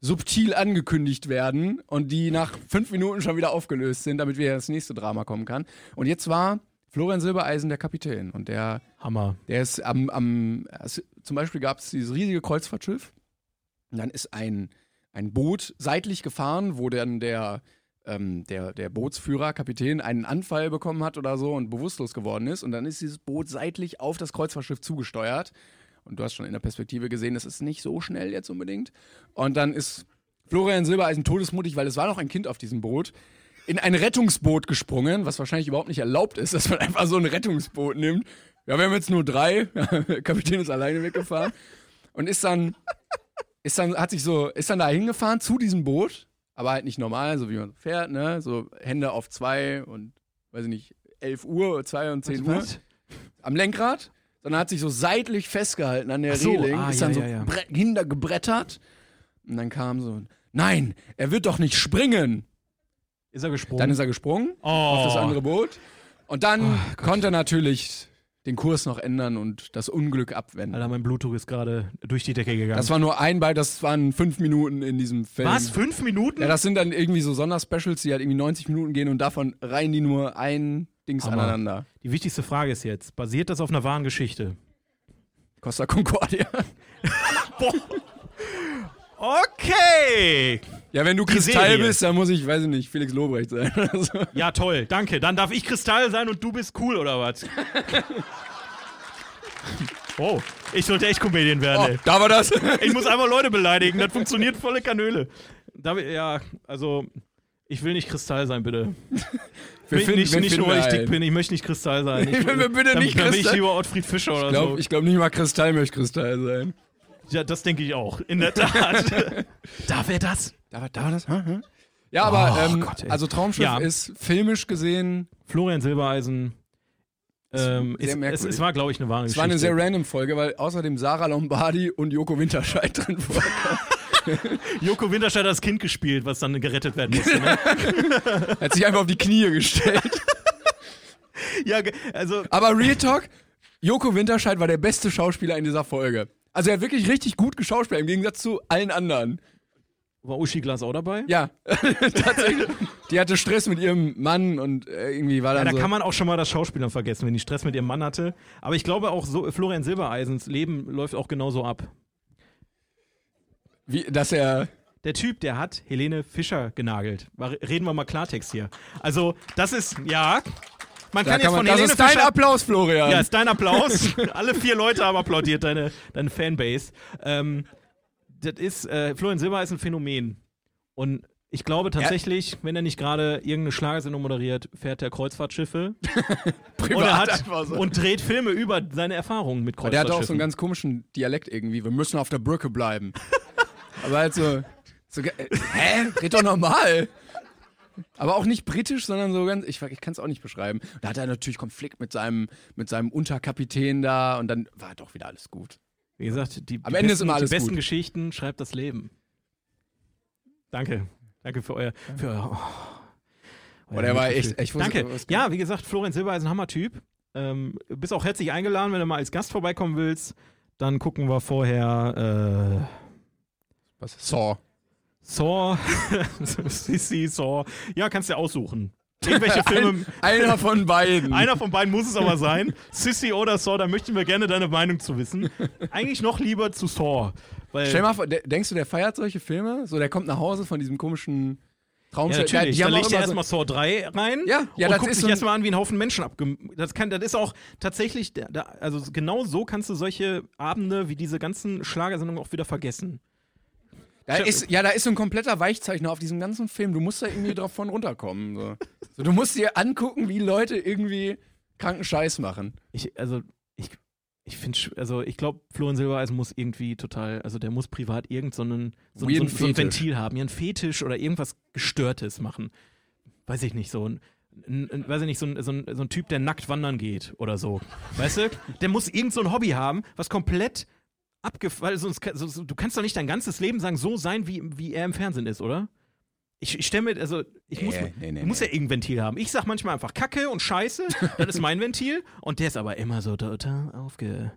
B: subtil angekündigt werden und die nach fünf Minuten schon wieder aufgelöst sind, damit wieder das nächste Drama kommen kann. Und jetzt war Florian Silbereisen der Kapitän und der
A: Hammer.
B: der ist am, am es, zum Beispiel gab es dieses riesige Kreuzfahrtschiff. Und dann ist ein, ein Boot seitlich gefahren, wo dann der, ähm, der, der Bootsführer, Kapitän, einen Anfall bekommen hat oder so und bewusstlos geworden ist. Und dann ist dieses Boot seitlich auf das Kreuzfahrtschiff zugesteuert. Und du hast schon in der Perspektive gesehen, das ist nicht so schnell jetzt unbedingt. Und dann ist Florian Silbereisen todesmutig, weil es war noch ein Kind auf diesem Boot, in ein Rettungsboot gesprungen, was wahrscheinlich überhaupt nicht erlaubt ist, dass man einfach so ein Rettungsboot nimmt. Ja, wir haben jetzt nur drei. Der Kapitän ist alleine weggefahren. Und ist dann, ist dann, hat sich so, ist dann da hingefahren zu diesem Boot, aber halt nicht normal, so wie man fährt, ne? So Hände auf zwei und, weiß ich nicht, 11 Uhr, 2 und 10 Uhr
A: Was?
B: am Lenkrad, sondern hat sich so seitlich festgehalten an der
A: Ach so,
B: Reling,
A: ah,
B: ist
A: ja,
B: dann so
A: ja, ja.
B: bre- hintergebrettert. Und dann kam so, ein, nein, er wird doch nicht springen.
A: Ist er gesprungen?
B: Dann ist er gesprungen
A: oh.
B: auf das andere Boot. Und dann konnte er natürlich den Kurs noch ändern und das Unglück abwenden.
A: Alter, mein Blutdruck ist gerade durch die Decke gegangen.
B: Das war nur ein Ball, das waren fünf Minuten in diesem Film.
A: Was? Fünf Minuten?
B: Ja, das sind dann irgendwie so Sonderspecials, die halt irgendwie 90 Minuten gehen und davon reihen die nur ein Dings
A: Hammer.
B: aneinander.
A: die wichtigste Frage ist jetzt: Basiert das auf einer wahren Geschichte?
B: Costa Concordia.
A: Boah. Okay.
B: Ja, wenn du Kristall
A: Serie.
B: bist, dann muss ich, weiß ich nicht, Felix Lobrecht sein. oder so.
A: Ja, toll. Danke. Dann darf ich Kristall sein und du bist cool oder was? Oh, ich sollte echt Comedian werden.
B: oh,
A: Ey.
B: da war das.
A: Ich muss einfach Leute beleidigen. Das funktioniert volle Kanöle. Da, ja, also ich will nicht Kristall sein, bitte.
B: Wir
A: Bin-
B: finden-
A: nicht,
B: wir
A: nicht
B: finden
A: nur, weil ich
B: einen.
A: dick bin. Ich möchte nicht Kristall sein.
B: Nee, wenn wir bitte
A: dann,
B: nicht
A: dann bin ich
B: Kristall-
A: lieber Ottfried Fischer oder
B: Ich glaube
A: so.
B: glaub nicht mal Kristall möchte Kristall sein.
A: Ja, das denke ich auch. In der Tat. da wäre das.
B: Da war, da war das? Hm, hm. Ja, aber
A: Oh
B: ähm,
A: Gott, ey.
B: also Traumschiff
A: Ja.
B: ist filmisch gesehen,
A: Florian Silbereisen. Ähm,
B: Sehr
A: ist, es,
B: merkwürdig.
A: es war, glaube ich, eine wahre
B: es
A: Geschichte.
B: war eine sehr random Folge, weil außerdem Sarah Lombardi und Joko Winterscheid drin waren.
A: Joko Winterscheid hat das Kind gespielt, was dann gerettet werden musste. Ne?
B: Hat sich einfach auf die Knie gestellt.
A: ja, ge- also
B: Aber Real Talk, Joko Winterscheid war der beste Schauspieler in dieser Folge. Also er hat wirklich richtig gut geschauspielt, im Gegensatz zu allen anderen.
A: war Uschi Glas auch dabei?
B: Ja, tatsächlich. Die hatte Stress mit ihrem Mann und äh, irgendwie war dann
A: da
B: so.
A: kann man auch schon mal das Schauspielern vergessen, wenn die Stress mit ihrem Mann hatte. Aber ich glaube auch, so, äh, Florian Silbereisens Leben läuft auch genauso ab.
B: wie, dass er
A: Der Typ, der hat Helene Fischer genagelt. War, reden wir mal Klartext hier. Also, das ist, ja. Man
B: da
A: kann,
B: kann
A: jetzt
B: man,
A: von
B: das
A: Helene
B: ist dein
A: Fischer.
B: Applaus, Florian.
A: Ja, ist dein Applaus. Alle vier Leute haben applaudiert, deine, deine Fanbase. Ähm, das ist, äh, Florian Silber ist ein Phänomen. Und ich glaube tatsächlich, wenn er nicht gerade irgendeine Schlagersendung moderiert, fährt er Kreuzfahrtschiffe und, er hat, und dreht Filme über seine Erfahrungen mit
B: Der hatte auch so einen
A: Kreuzfahrtschiffen.
B: ganz komischen Dialekt irgendwie. Wir müssen auf der Brücke bleiben. Aber halt so. so ge- äh, hä? Red doch normal. Aber auch nicht britisch, sondern so ganz. Ich, ich kann es auch nicht beschreiben. Da hat er natürlich Konflikt mit seinem, mit seinem Unterkapitän da und dann war doch wieder alles gut.
A: Wie gesagt, die,
B: Am
A: die
B: Ende ist
A: besten,
B: immer alles
A: die besten
B: gut.
A: Geschichten schreibt das Leben. Danke. Danke für euer. Für euer oh, euer
B: Boah, der war
A: Mitgefühl.
B: echt- ich wusste-
A: Danke.
B: was-
A: Ja, wie gesagt, Florian Silber ist ein Hammertyp. Ähm, bist auch herzlich eingeladen, wenn du mal als Gast vorbeikommen willst. Dann gucken wir vorher äh,
B: Was? Saw.
A: Saw. Sissi, Saw. Ja, kannst dir aussuchen. Irgendwelche Filme.
B: Einer von beiden.
A: Einer von beiden muss es aber sein. Sissy oder Saw, da möchten wir gerne deine Meinung zu wissen. Eigentlich noch lieber zu Saw. Weil
B: Stell mal vor, de- denkst du, der feiert solche Filme? So, der kommt nach Hause von diesem
A: Ja,
B: komischen Traumschiff.
A: natürlich.
B: Ja,
A: dann
B: die haben
A: legt
B: auch
A: er
B: immer so,
A: erstmal Saw 3 rein
B: Ja, ja,
A: und
B: das
A: guckt
B: ist
A: sich
B: so ein-
A: erstmal an, wie ein Haufen Menschen abge... Das, kann, das ist auch tatsächlich, da- da, also genau so kannst du solche Abende wie diese ganzen Schlagersendungen auch wieder vergessen.
B: Da ist, ja, da ist so ein kompletter Weichzeichner auf diesem ganzen Film. Du musst da irgendwie drauf von runterkommen. So. So, du musst dir angucken, wie Leute irgendwie kranken Scheiß machen.
A: Ich, also, ich, ich finde, also ich glaube, Florian Silbereisen muss irgendwie total, also der muss privat irgend so, einen, so, so,
B: Weirden
A: so ein
B: Fetisch.
A: Ventil haben, ja, ein Fetisch oder irgendwas Gestörtes machen. Weiß ich nicht, so ein, ein, ein weiß ich nicht, so ein, so, ein, so ein Typ, der nackt wandern geht oder so. Weißt du? Der muss irgend so ein Hobby haben, was komplett abgefallen sonst kann- so, so, du kannst doch nicht dein ganzes Leben sagen, so sein, wie, wie er im Fernsehen ist, oder? Ich, ich stelle mir, also ich muss,
B: Nee, nee, nee,
A: ich muss ja irgendein Ventil haben. Ich sag manchmal einfach Kacke und Scheiße, dann ist mein Ventil und der ist aber immer so total aufgesetzt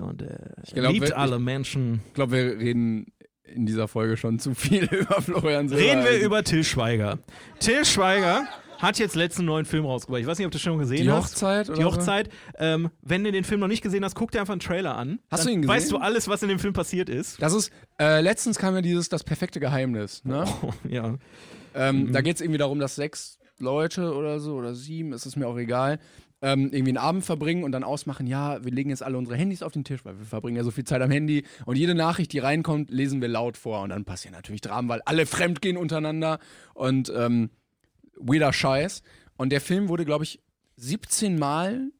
A: und äh,
B: glaub,
A: liebt
B: wenn-
A: alle Menschen.
B: Ich glaube, wir reden in dieser Folge schon zu viel über
A: Reden
B: Florian Silbereisen.
A: wir über Till Schweiger. Till Schweiger hat jetzt letzten neuen Film rausgebracht. Ich weiß nicht, ob du schon gesehen
B: die
A: hast.
B: Hochzeit? Oder
A: Die Hochzeit. Ähm, wenn du den Film noch nicht gesehen hast, guck dir einfach einen Trailer an.
B: Hast
A: Dann
B: du ihn gesehen?
A: Weißt du alles, was in dem Film passiert ist?
B: So? Das ist, äh, letztens kam ja dieses Das perfekte Geheimnis. Ne?
A: Oh. ja.
B: Ähm,
A: Mhm.
B: Da geht es irgendwie darum, dass sechs Leute oder so oder sieben, ist es mir auch egal, ähm, irgendwie einen Abend verbringen und dann ausmachen, ja, wir legen jetzt alle unsere Handys auf den Tisch, weil wir verbringen ja so viel Zeit am Handy und jede Nachricht, die reinkommt, lesen wir laut vor und dann passieren natürlich Dramen, weil alle fremdgehen untereinander und ähm, weirder Scheiß. Und der Film wurde, glaube ich, 17 Mal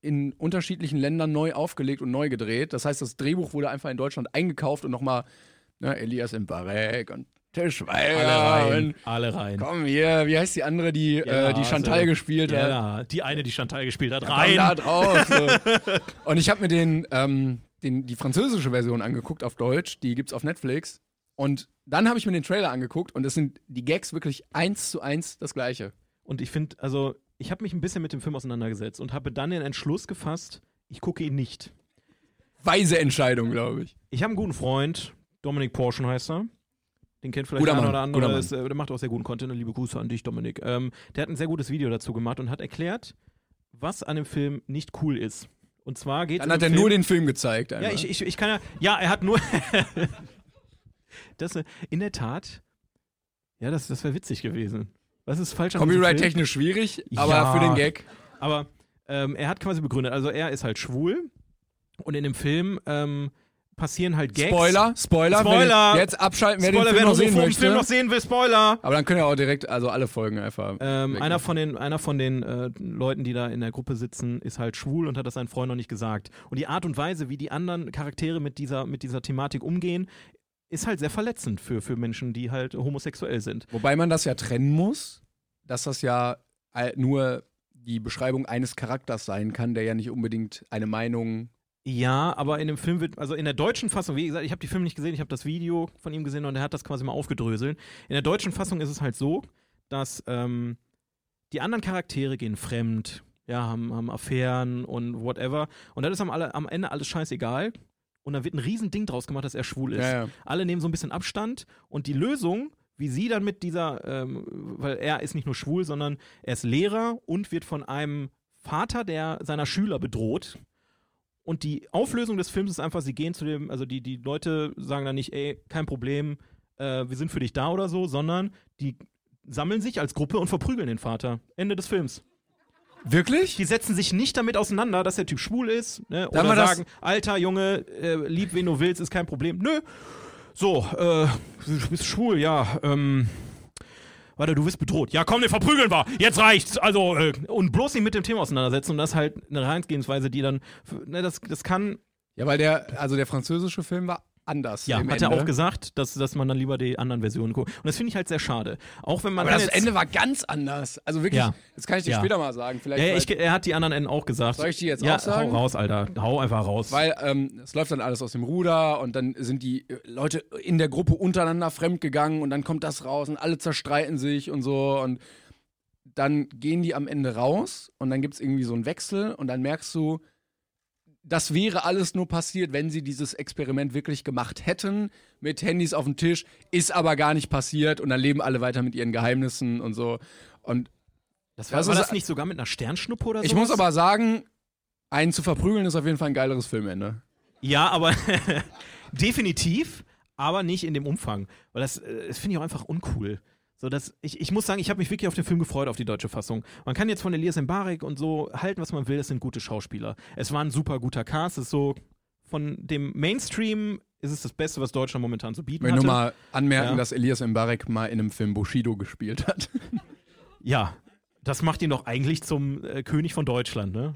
B: in unterschiedlichen Ländern neu aufgelegt und neu gedreht. Das heißt, das Drehbuch wurde einfach in Deutschland eingekauft und nochmal, ne, Elias Imbarek und
A: Alle
B: Tischweiger und
A: rein. Alle rein.
B: Komm hier, wie heißt die andere, die,
A: Ja,
B: äh, die Chantal
A: also,
B: gespielt hat?
A: Ja, die eine, die Chantal gespielt hat.
B: Komm Da
A: Rein.
B: drauf. So. Und ich habe mir den, ähm, den, die französische Version angeguckt auf Deutsch, die gibt's auf Netflix. Und dann habe ich mir den Trailer angeguckt und es sind die Gags wirklich eins zu eins das gleiche.
A: Und ich finde, also, ich habe mich ein bisschen mit dem Film auseinandergesetzt und habe dann den Entschluss gefasst, ich gucke ihn nicht.
B: Weise Entscheidung, glaube ich.
A: Ich habe einen guten Freund, Dominik Porschen heißt er. Den kennt vielleicht
B: Guter
A: der eine
B: Mann,
A: oder
B: guter
A: andere.
B: Mann.
A: Ist, äh, der macht auch sehr guten Content. Liebe Grüße an dich, Dominik. Ähm, der hat ein sehr gutes Video dazu gemacht und hat erklärt, was an dem Film nicht cool ist. Und zwar geht
B: Dann
A: es um in
B: hat er
A: dem Film,
B: nur den Film gezeigt.
A: Ja,
B: Einmal.
A: ich, ich, ich kann ja. Ja, er hat nur. Das, äh, in der Tat, ja, das, das wäre witzig gewesen. Was ist falsch an diesem Film?
B: Copyright-technisch schwierig, aber
A: Ja.
B: für den Gag.
A: Aber ähm, er hat quasi begründet, also er ist halt schwul und in dem Film ähm, passieren halt Gags.
B: Spoiler, Spoiler, wer
A: Spoiler.
B: den- Jetzt abschalten, wer
A: Spoiler,
B: den Film noch
A: den
B: sehen möchte.
A: Film noch sehen will, Spoiler!
B: aber dann können ja auch direkt, also alle Folgen einfach.
A: Ähm,
B: weg.
A: einer von den, einer von den äh, Leuten, die da in der Gruppe sitzen, ist halt schwul und hat das seinen Freund noch nicht gesagt. Und die Art und Weise, wie die anderen Charaktere mit dieser, mit dieser Thematik umgehen, ist halt sehr verletzend für, für Menschen, die halt homosexuell sind.
B: Wobei man das ja trennen muss, dass das ja all- nur die Beschreibung eines Charakters sein kann, der ja nicht unbedingt eine Meinung.
A: Ja, aber in dem Film wird, also in der deutschen Fassung, wie gesagt, ich habe die Filme nicht gesehen, ich habe das Video von ihm gesehen und er hat das quasi mal aufgedröselt. In der deutschen Fassung ist es halt so, dass ähm, die anderen Charaktere gehen fremd, ja, haben, haben Affären und whatever. Und dann ist am, alle, am Ende alles scheißegal. Und dann wird ein Riesending draus gemacht, dass er schwul ist.
B: Ja, ja.
A: Alle nehmen so ein bisschen Abstand und die Lösung, wie sie dann mit dieser, ähm, weil er ist nicht nur schwul, sondern er ist Lehrer und wird von einem Vater der seiner Schüler bedroht. Und die Auflösung des Films ist einfach, sie gehen zu dem, also die, die Leute sagen dann nicht, ey, kein Problem, äh, wir sind für dich da oder so, sondern die sammeln sich als Gruppe und verprügeln den Vater. Ende des Films.
B: Wirklich?
A: Die setzen sich nicht damit auseinander, dass der Typ schwul ist. Ne?
B: Dann
A: Oder
B: war das-
A: sagen, Alter, Junge, äh, lieb, wen du willst, ist kein Problem. Nö. So, äh, du bist schwul, ja. Ähm, warte, du bist bedroht. Ja, komm, den verprügeln wir. Jetzt reicht's. Also, äh, und bloß nicht mit dem Thema auseinandersetzen. Und das ist halt eine Herangehensweise, die dann, ne, das, das kann,
B: Ja, weil der, also der französische Film war anders.
A: ja,
B: im
A: hat er
B: Ende.
A: auch gesagt, dass, dass man dann lieber die anderen Versionen guckt. Und das finde ich halt sehr schade. Auch wenn man
B: Aber
A: dann
B: das
A: jetzt,
B: Ende war ganz anders. Also wirklich,
A: Ja.
B: das kann ich dir
A: Ja.
B: später mal sagen. Vielleicht,
A: ja, ja,
B: weil-
A: Äh, ich, er hat die anderen Enden auch gesagt.
B: Soll ich die jetzt
A: ja,
B: auch sagen?
A: hau raus, Alter. Hau einfach raus.
B: Weil ähm, es läuft dann alles aus dem Ruder und dann sind die äh, Leute in der Gruppe untereinander fremdgegangen und dann kommt das raus und alle zerstreiten sich und so und dann gehen die am Ende raus und dann gibt es irgendwie so einen Wechsel und dann merkst du, das wäre alles nur passiert, wenn sie dieses Experiment wirklich gemacht hätten mit Handys auf dem Tisch, ist aber gar nicht passiert und dann leben alle weiter mit ihren Geheimnissen und so und
A: das war,
B: das
A: war
B: ist-
A: das nicht sogar mit einer Sternschnuppe oder so?
B: Ich muss aber sagen, einen zu verprügeln ist auf jeden Fall ein geileres Filmende.
A: Ja, aber definitiv, aber nicht in dem Umfang. Weil das, äh, das finde ich auch einfach uncool. So, dass ich, ich muss sagen, ich habe mich wirklich auf den Film gefreut, auf die deutsche Fassung. Man kann jetzt von Elias Mbarek und so halten, was man will, das sind gute Schauspieler. Es war ein super guter Cast, es ist so von dem Mainstream ist es das Beste, was Deutschland momentan zu bieten
B: Wenn
A: hatte.
B: nur mal anmerken,
A: Ja.
B: dass Elias Mbarek mal in einem Film Bushido gespielt hat.
A: ja, das macht ihn doch eigentlich zum äh, König von Deutschland, ne?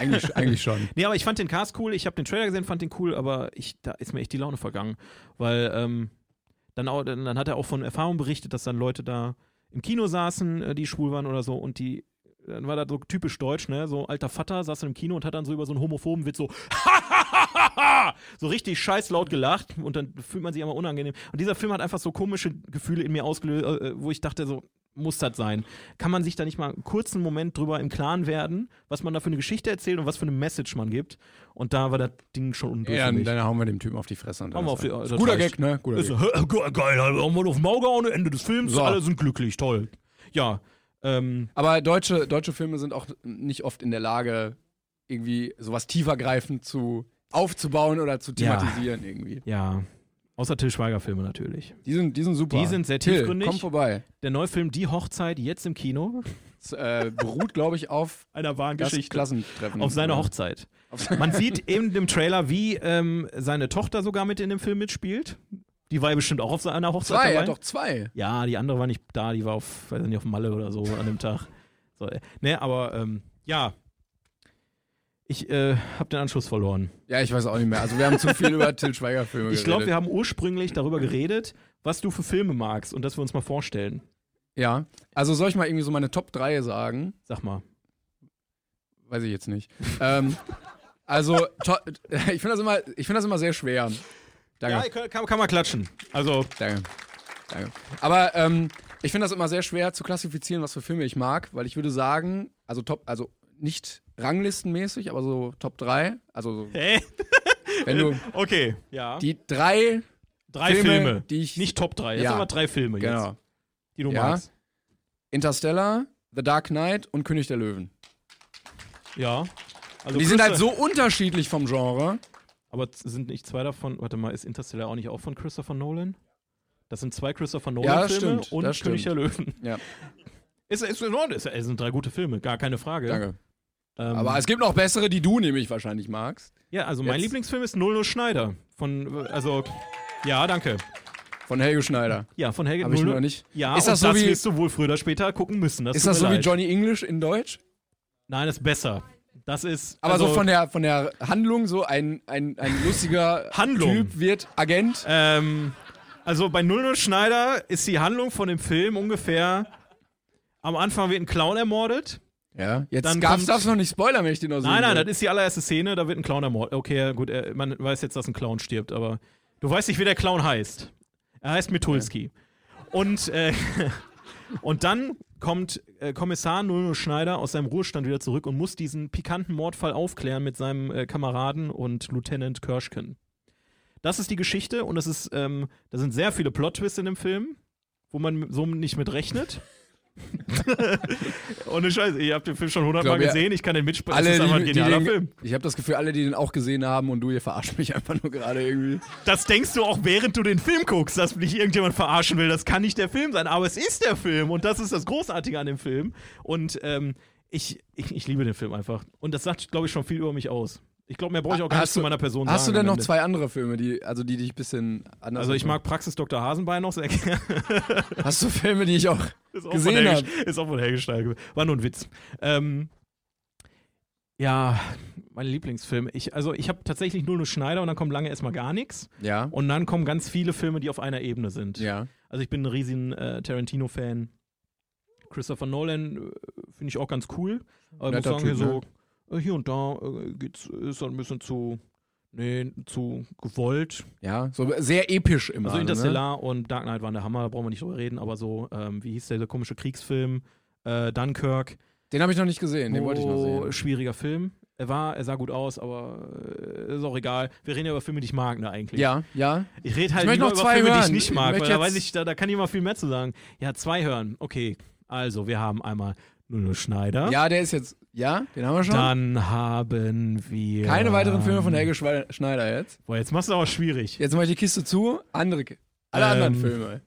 B: eigentlich, eigentlich schon.
A: Nee, aber ich fand den Cast cool, ich habe den Trailer gesehen, fand den cool, aber ich, da ist mir echt die Laune vergangen. Weil ähm, dann, auch, dann, dann hat er auch von Erfahrung berichtet, dass dann Leute da im Kino saßen, äh, die schwul waren oder so und die. Dann war das so typisch deutsch, ne? So alter Vater saß dann im Kino und hat dann so über so einen homophoben Witz so so richtig scheiß laut gelacht und dann fühlt man sich immer unangenehm. Und dieser Film hat einfach so komische Gefühle in mir ausgelöst, äh, wo ich dachte so, muss das sein? Kann man sich da nicht mal einen kurzen Moment drüber im Klaren werden, was man da für eine Geschichte erzählt und was für eine Message man gibt? Und da war das Ding schon unten durch
B: Ja,
A: für
B: und
A: mich.
B: dann hauen wir dem Typen auf die Fresse. Und dann
A: Hauen wir
B: ist
A: auf die-
B: er-
A: das
B: Guter
A: reicht.
B: Gag, ne? Guter
A: Ist
B: Gag.
A: so, hä, ge- geil, haben wir auf den Maul gehauen, Ende des Films,
B: So.
A: alle sind glücklich, toll. Ja, ähm,
B: Aber deutsche, deutsche Filme sind auch nicht oft in der Lage, irgendwie sowas tiefergreifend zu aufzubauen oder zu
A: Ja.
B: thematisieren irgendwie.
A: ja. Außer Till Schweiger-Filme natürlich.
B: Die sind, die sind super.
A: Die sind sehr
B: Till,
A: tiefgründig.
B: Komm vorbei.
A: Der neue Film Die Hochzeit, jetzt im Kino.
B: Es, äh, beruht, glaube ich, auf
A: Einer wahren
B: das
A: Geschichte.
B: Klassentreffen.
A: Auf seine
B: Oder?
A: Hochzeit.
B: Auf
A: Man sieht in dem Trailer, wie ähm, seine Tochter sogar mit in dem Film mitspielt. Die war ja bestimmt auch auf seiner Hochzeit
B: Zwei, er
A: dabei.
B: hat doch zwei.
A: Ja, die andere war nicht da, die war auf, weiß nicht, auf Malle oder so an dem Tag. So, äh, ne, aber ähm, ja. Ich äh, habe den Anschluss verloren.
B: Ja, ich weiß auch nicht mehr. Also wir haben zu viel über Till Schweiger Filme
A: Ich glaube,
B: geredet.
A: wir haben ursprünglich darüber geredet, was du für Filme magst und dass wir uns mal vorstellen.
B: ja. Also soll ich mal irgendwie so meine Top 3 sagen?
A: Sag mal.
B: Weiß ich jetzt nicht. ähm, also to- ich finde das immer ich finde das immer sehr schwer. Danke.
A: Ja, kann, kann, kann man klatschen. Also,
B: Danke. Danke. Aber ähm, ich finde das immer sehr schwer zu klassifizieren, was für Filme ich mag, weil ich würde sagen, also Top also nicht ranglistenmäßig, aber so Top 3, also so,
A: hä?
B: wenn du
A: Okay, ja.
B: die drei
A: drei
B: Filme,
A: Filme,
B: die ich-
A: nicht Top 3. Jetzt
B: Ja.
A: haben wir drei Filme jetzt,
B: genau.
A: die du
B: Ja.
A: magst.
B: Interstellar, The Dark Knight und König der Löwen.
A: Ja. Also
B: die sind
A: Christo-
B: halt so unterschiedlich vom Genre.
A: Aber z- sind nicht zwei davon, warte mal, ist Interstellar auch nicht auch von Christopher Nolan? Das sind zwei Christopher
B: Ja, das
A: Nolan-Filme
B: stimmt,
A: und
B: das
A: König der
B: stimmt.
A: Löwen.
B: Ja.
A: Ist, ist in Ordnung, ist, es sind drei gute Filme, gar keine Frage.
B: Danke.
A: Ähm,
B: Aber es gibt noch bessere, die du nämlich wahrscheinlich magst.
A: ja, also mein
B: jetzt-
A: Lieblingsfilm ist 00 Schneider. Von, also, ja, danke.
B: Von Helge Schneider.
A: Ja, von Helge
B: Hab ich
A: 00
B: noch nicht.
A: Ja,
B: Ist
A: und
B: das so wie-
A: wirst du wohl früher oder später gucken müssen. Das
B: Ist
A: tut
B: das
A: mir
B: so wie
A: leid.
B: Johnny English in Deutsch?
A: Nein, ist besser. Das ist.
B: Aber
A: also,
B: so von der, von der Handlung, so ein, ein, ein lustiger
A: Handlung.
B: Typ wird Agent.
A: Ähm, also bei 00 Schneider ist die Handlung von dem Film ungefähr. Am Anfang wird ein Clown ermordet.
B: Ja, jetzt
A: Dann
B: darfst
A: kommt-
B: darfst du noch nicht spoilern, wenn ich den noch
A: Nein, nein,
B: will.
A: das ist die allererste Szene, da wird ein Clown ermordet. Okay, ja, gut, er, man weiß jetzt, dass ein Clown stirbt, aber du weißt nicht, wie der Clown heißt. Er heißt Mitulski. Und, äh, und dann kommt äh, Kommissar 00 Schneider aus seinem Ruhestand wieder zurück und muss diesen pikanten Mordfall aufklären mit seinem äh, Kameraden und Lieutenant Kirschken. Das ist die Geschichte und das ist, ähm, da sind sehr viele Plot-Twists in dem Film, wo man so nicht mit rechnet. Ohne Scheiße, ich habe den Film schon hundertmal
B: Ich glaub, ja,
A: gesehen, ich kann den mitsprechen.
B: alle,
A: das ist einfach ein
B: die, die
A: genialer
B: den,
A: Film.
B: Ich habe das Gefühl, alle, die den auch gesehen haben und du, ihr verarscht mich einfach nur gerade irgendwie.
A: Das denkst du auch, während du den Film guckst, dass dich irgendjemand verarschen will. Das kann nicht der Film sein, aber es ist der Film und das ist das Großartige an dem Film. Und ähm, ich, ich, ich liebe den Film einfach. Und das sagt, glaube ich, schon viel über mich aus. Ich glaube, mehr brauche ich auch gar nicht
B: Hast
A: zu
B: du-
A: meiner Person
B: Hast du
A: sagen.
B: denn
A: am
B: noch
A: Ende.
B: zwei andere Filme, die, also die dich ein bisschen anders
A: Also ich
B: machen?
A: mag Praxis Dr. Hasenbein noch sehr gerne.
B: Hast du Filme, die ich auch.
A: Ist auch
B: Gesehen
A: von Helge, ist auch von Helge Schneider. War nur ein Witz. Ähm, ja, mein Lieblingsfilm. Ich, also ich habe tatsächlich nur nur Schneider und dann kommt lange erstmal gar nichts.
B: Ja.
A: Und dann kommen ganz viele Filme, die auf einer Ebene sind.
B: Ja.
A: Also ich bin ein riesen äh, Tarantino-Fan. Christopher Nolan äh, finde ich auch ganz cool. Aber ich muss
B: Netter
A: sagen, hier,
B: Typ, ne?
A: so, äh, hier und da äh, geht's, ist dann ein bisschen zu, nee, zu gewollt.
B: Ja. So sehr episch immer.
A: Also
B: ne?
A: Interstellar und Dark Knight waren der Hammer, da brauchen wir nicht drüber reden, aber so, ähm, wie hieß der, der komische Kriegsfilm? Äh, Dunkirk.
B: Den habe ich noch nicht gesehen, den wollte ich noch
A: Oh,
B: sehen.
A: Schwieriger Film. Er war, er sah gut aus, aber äh, ist auch egal. Wir reden ja über Filme, die ich mag, ne, eigentlich.
B: Ja, ja.
A: Ich rede halt
B: Ich möchte
A: lieber
B: noch
A: über
B: zwei
A: Filme, die ich
B: hören.
A: nicht
B: Ich
A: mag, weil
B: möchte
A: da
B: jetzt-
A: weiß ich, da, da kann ich mal viel mehr zu sagen. Ja, zwei hören. Okay, also wir haben einmal Nuno Schneider.
B: Ja, der ist jetzt. Ja, den haben wir schon.
A: Dann haben wir.
B: Keine weiteren Filme von Helge Schwe- Schneider jetzt.
A: Boah, jetzt machst du aber schwierig.
B: Jetzt mache ich die Kiste zu. Andere, Ki- alle anderen
A: Ähm,
B: Filme.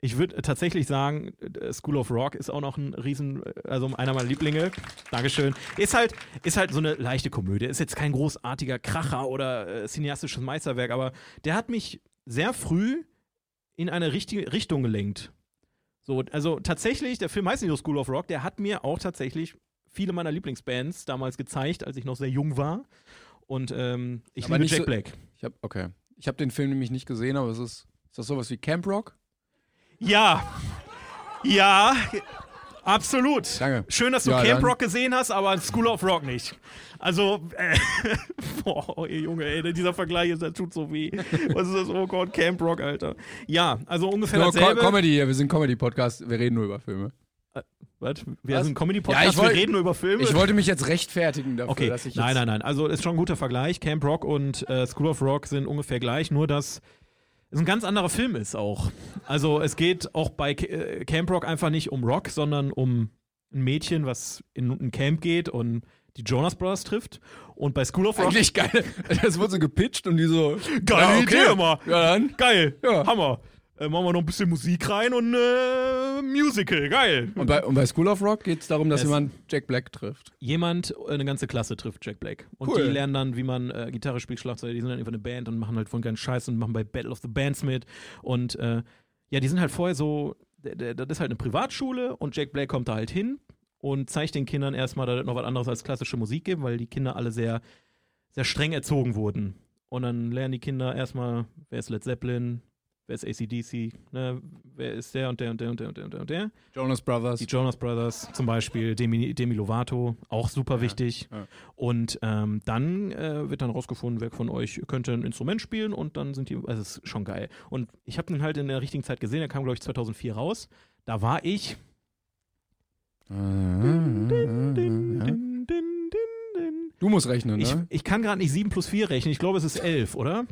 A: Ich würde tatsächlich sagen, äh, School of Rock ist auch noch ein riesen, äh, also einer meiner Lieblinge. Dankeschön. Ist halt, ist halt so eine leichte Komödie. Ist jetzt kein großartiger Kracher oder äh, cineastisches Meisterwerk, aber der hat mich sehr früh in eine richtige Richtung gelenkt. So, also tatsächlich, der Film heißt nicht nur School of Rock, der hat mir auch tatsächlich viele meiner Lieblingsbands damals gezeigt, als ich noch sehr jung war. Und ähm, ich
B: Aber
A: liebe
B: nicht
A: Jack
B: so-
A: Black.
B: Ich habe okay. Ich habe den Film nämlich nicht gesehen, aber es ist. Ist das sowas wie Camp Rock?
A: Ja. Ja. Absolut.
B: Danke.
A: Schön, dass du
B: Ja,
A: Camp
B: dann-
A: Rock gesehen hast, aber School of Rock nicht. Also, äh, boah, ey, Junge, ey, dieser Vergleich ist, der tut so weh. Was ist das? Oh Gott, Camp Rock, Alter. Ja, also ungefähr
B: Nur Co
A: dasselbe.
B: Comedy hier, wir sind Comedy-Podcast, wir reden nur über Filme.
A: Was? Wir
B: Was?
A: sind
B: Ja,
A: Comedy-Podcast,
B: ich wollt-
A: wir reden nur über Filme.
B: Ich wollte mich jetzt rechtfertigen dafür,
A: Okay,
B: dass ich jetzt.
A: nein, nein, nein. Also ist schon ein guter Vergleich. Camp Rock und äh, School of Rock sind ungefähr gleich, nur dass es ein ganz anderer Film ist auch. Also es geht auch bei Ca- äh, Camp Rock einfach nicht um Rock, sondern um ein Mädchen, was in ein Camp geht und die Jonas Brothers trifft. Und bei School of Rock
B: Eigentlich geil. Das wurde so gepitcht und die so.
A: Geile
B: ja,
A: Idee immer.
B: Ja, dann.
A: geil,
B: Ja.
A: Hammer. Äh, machen wir noch ein bisschen Musik rein und äh, Musical, geil.
B: Und bei, und bei School of Rock geht es darum, dass
A: Es-
B: jemand Jack Black trifft.
A: jemand, äh, eine ganze Klasse trifft Jack Black. Und
B: Cool.
A: die lernen dann, wie man äh, Gitarre spielt, Schlagzeug, die sind dann einfach eine Band und machen halt von ganz Scheiß und machen bei Battle of the Bands mit. Und äh, ja, die sind halt vorher so, der- der- das ist halt eine Privatschule und Jack Black kommt da halt hin und zeigt den Kindern erstmal, dass es noch was anderes als klassische Musik gibt, weil die Kinder alle sehr, sehr streng erzogen wurden. Und dann lernen die Kinder erstmal, wer ist Led Zeppelin, wer ist ACDC, ne, wer ist der und der und der und der und der und der und der.
B: Jonas Brothers.
A: Die Jonas Brothers zum Beispiel, Demi, Demi Lovato, auch super wichtig.
B: ja.
A: Und ähm, dann äh, wird dann rausgefunden, wer von euch könnte ein Instrument spielen und dann sind die, also es ist schon geil. Und ich habe den halt in der richtigen Zeit gesehen, der kam glaube ich 2004 raus. Da war ich,
B: Mhm, du
A: din, din, din, din.
B: Ah, musst rechnen,
A: ich,
B: ne?
A: ich kann gerade nicht 7 plus 4 rechnen, ich glaube es ist 11, oder?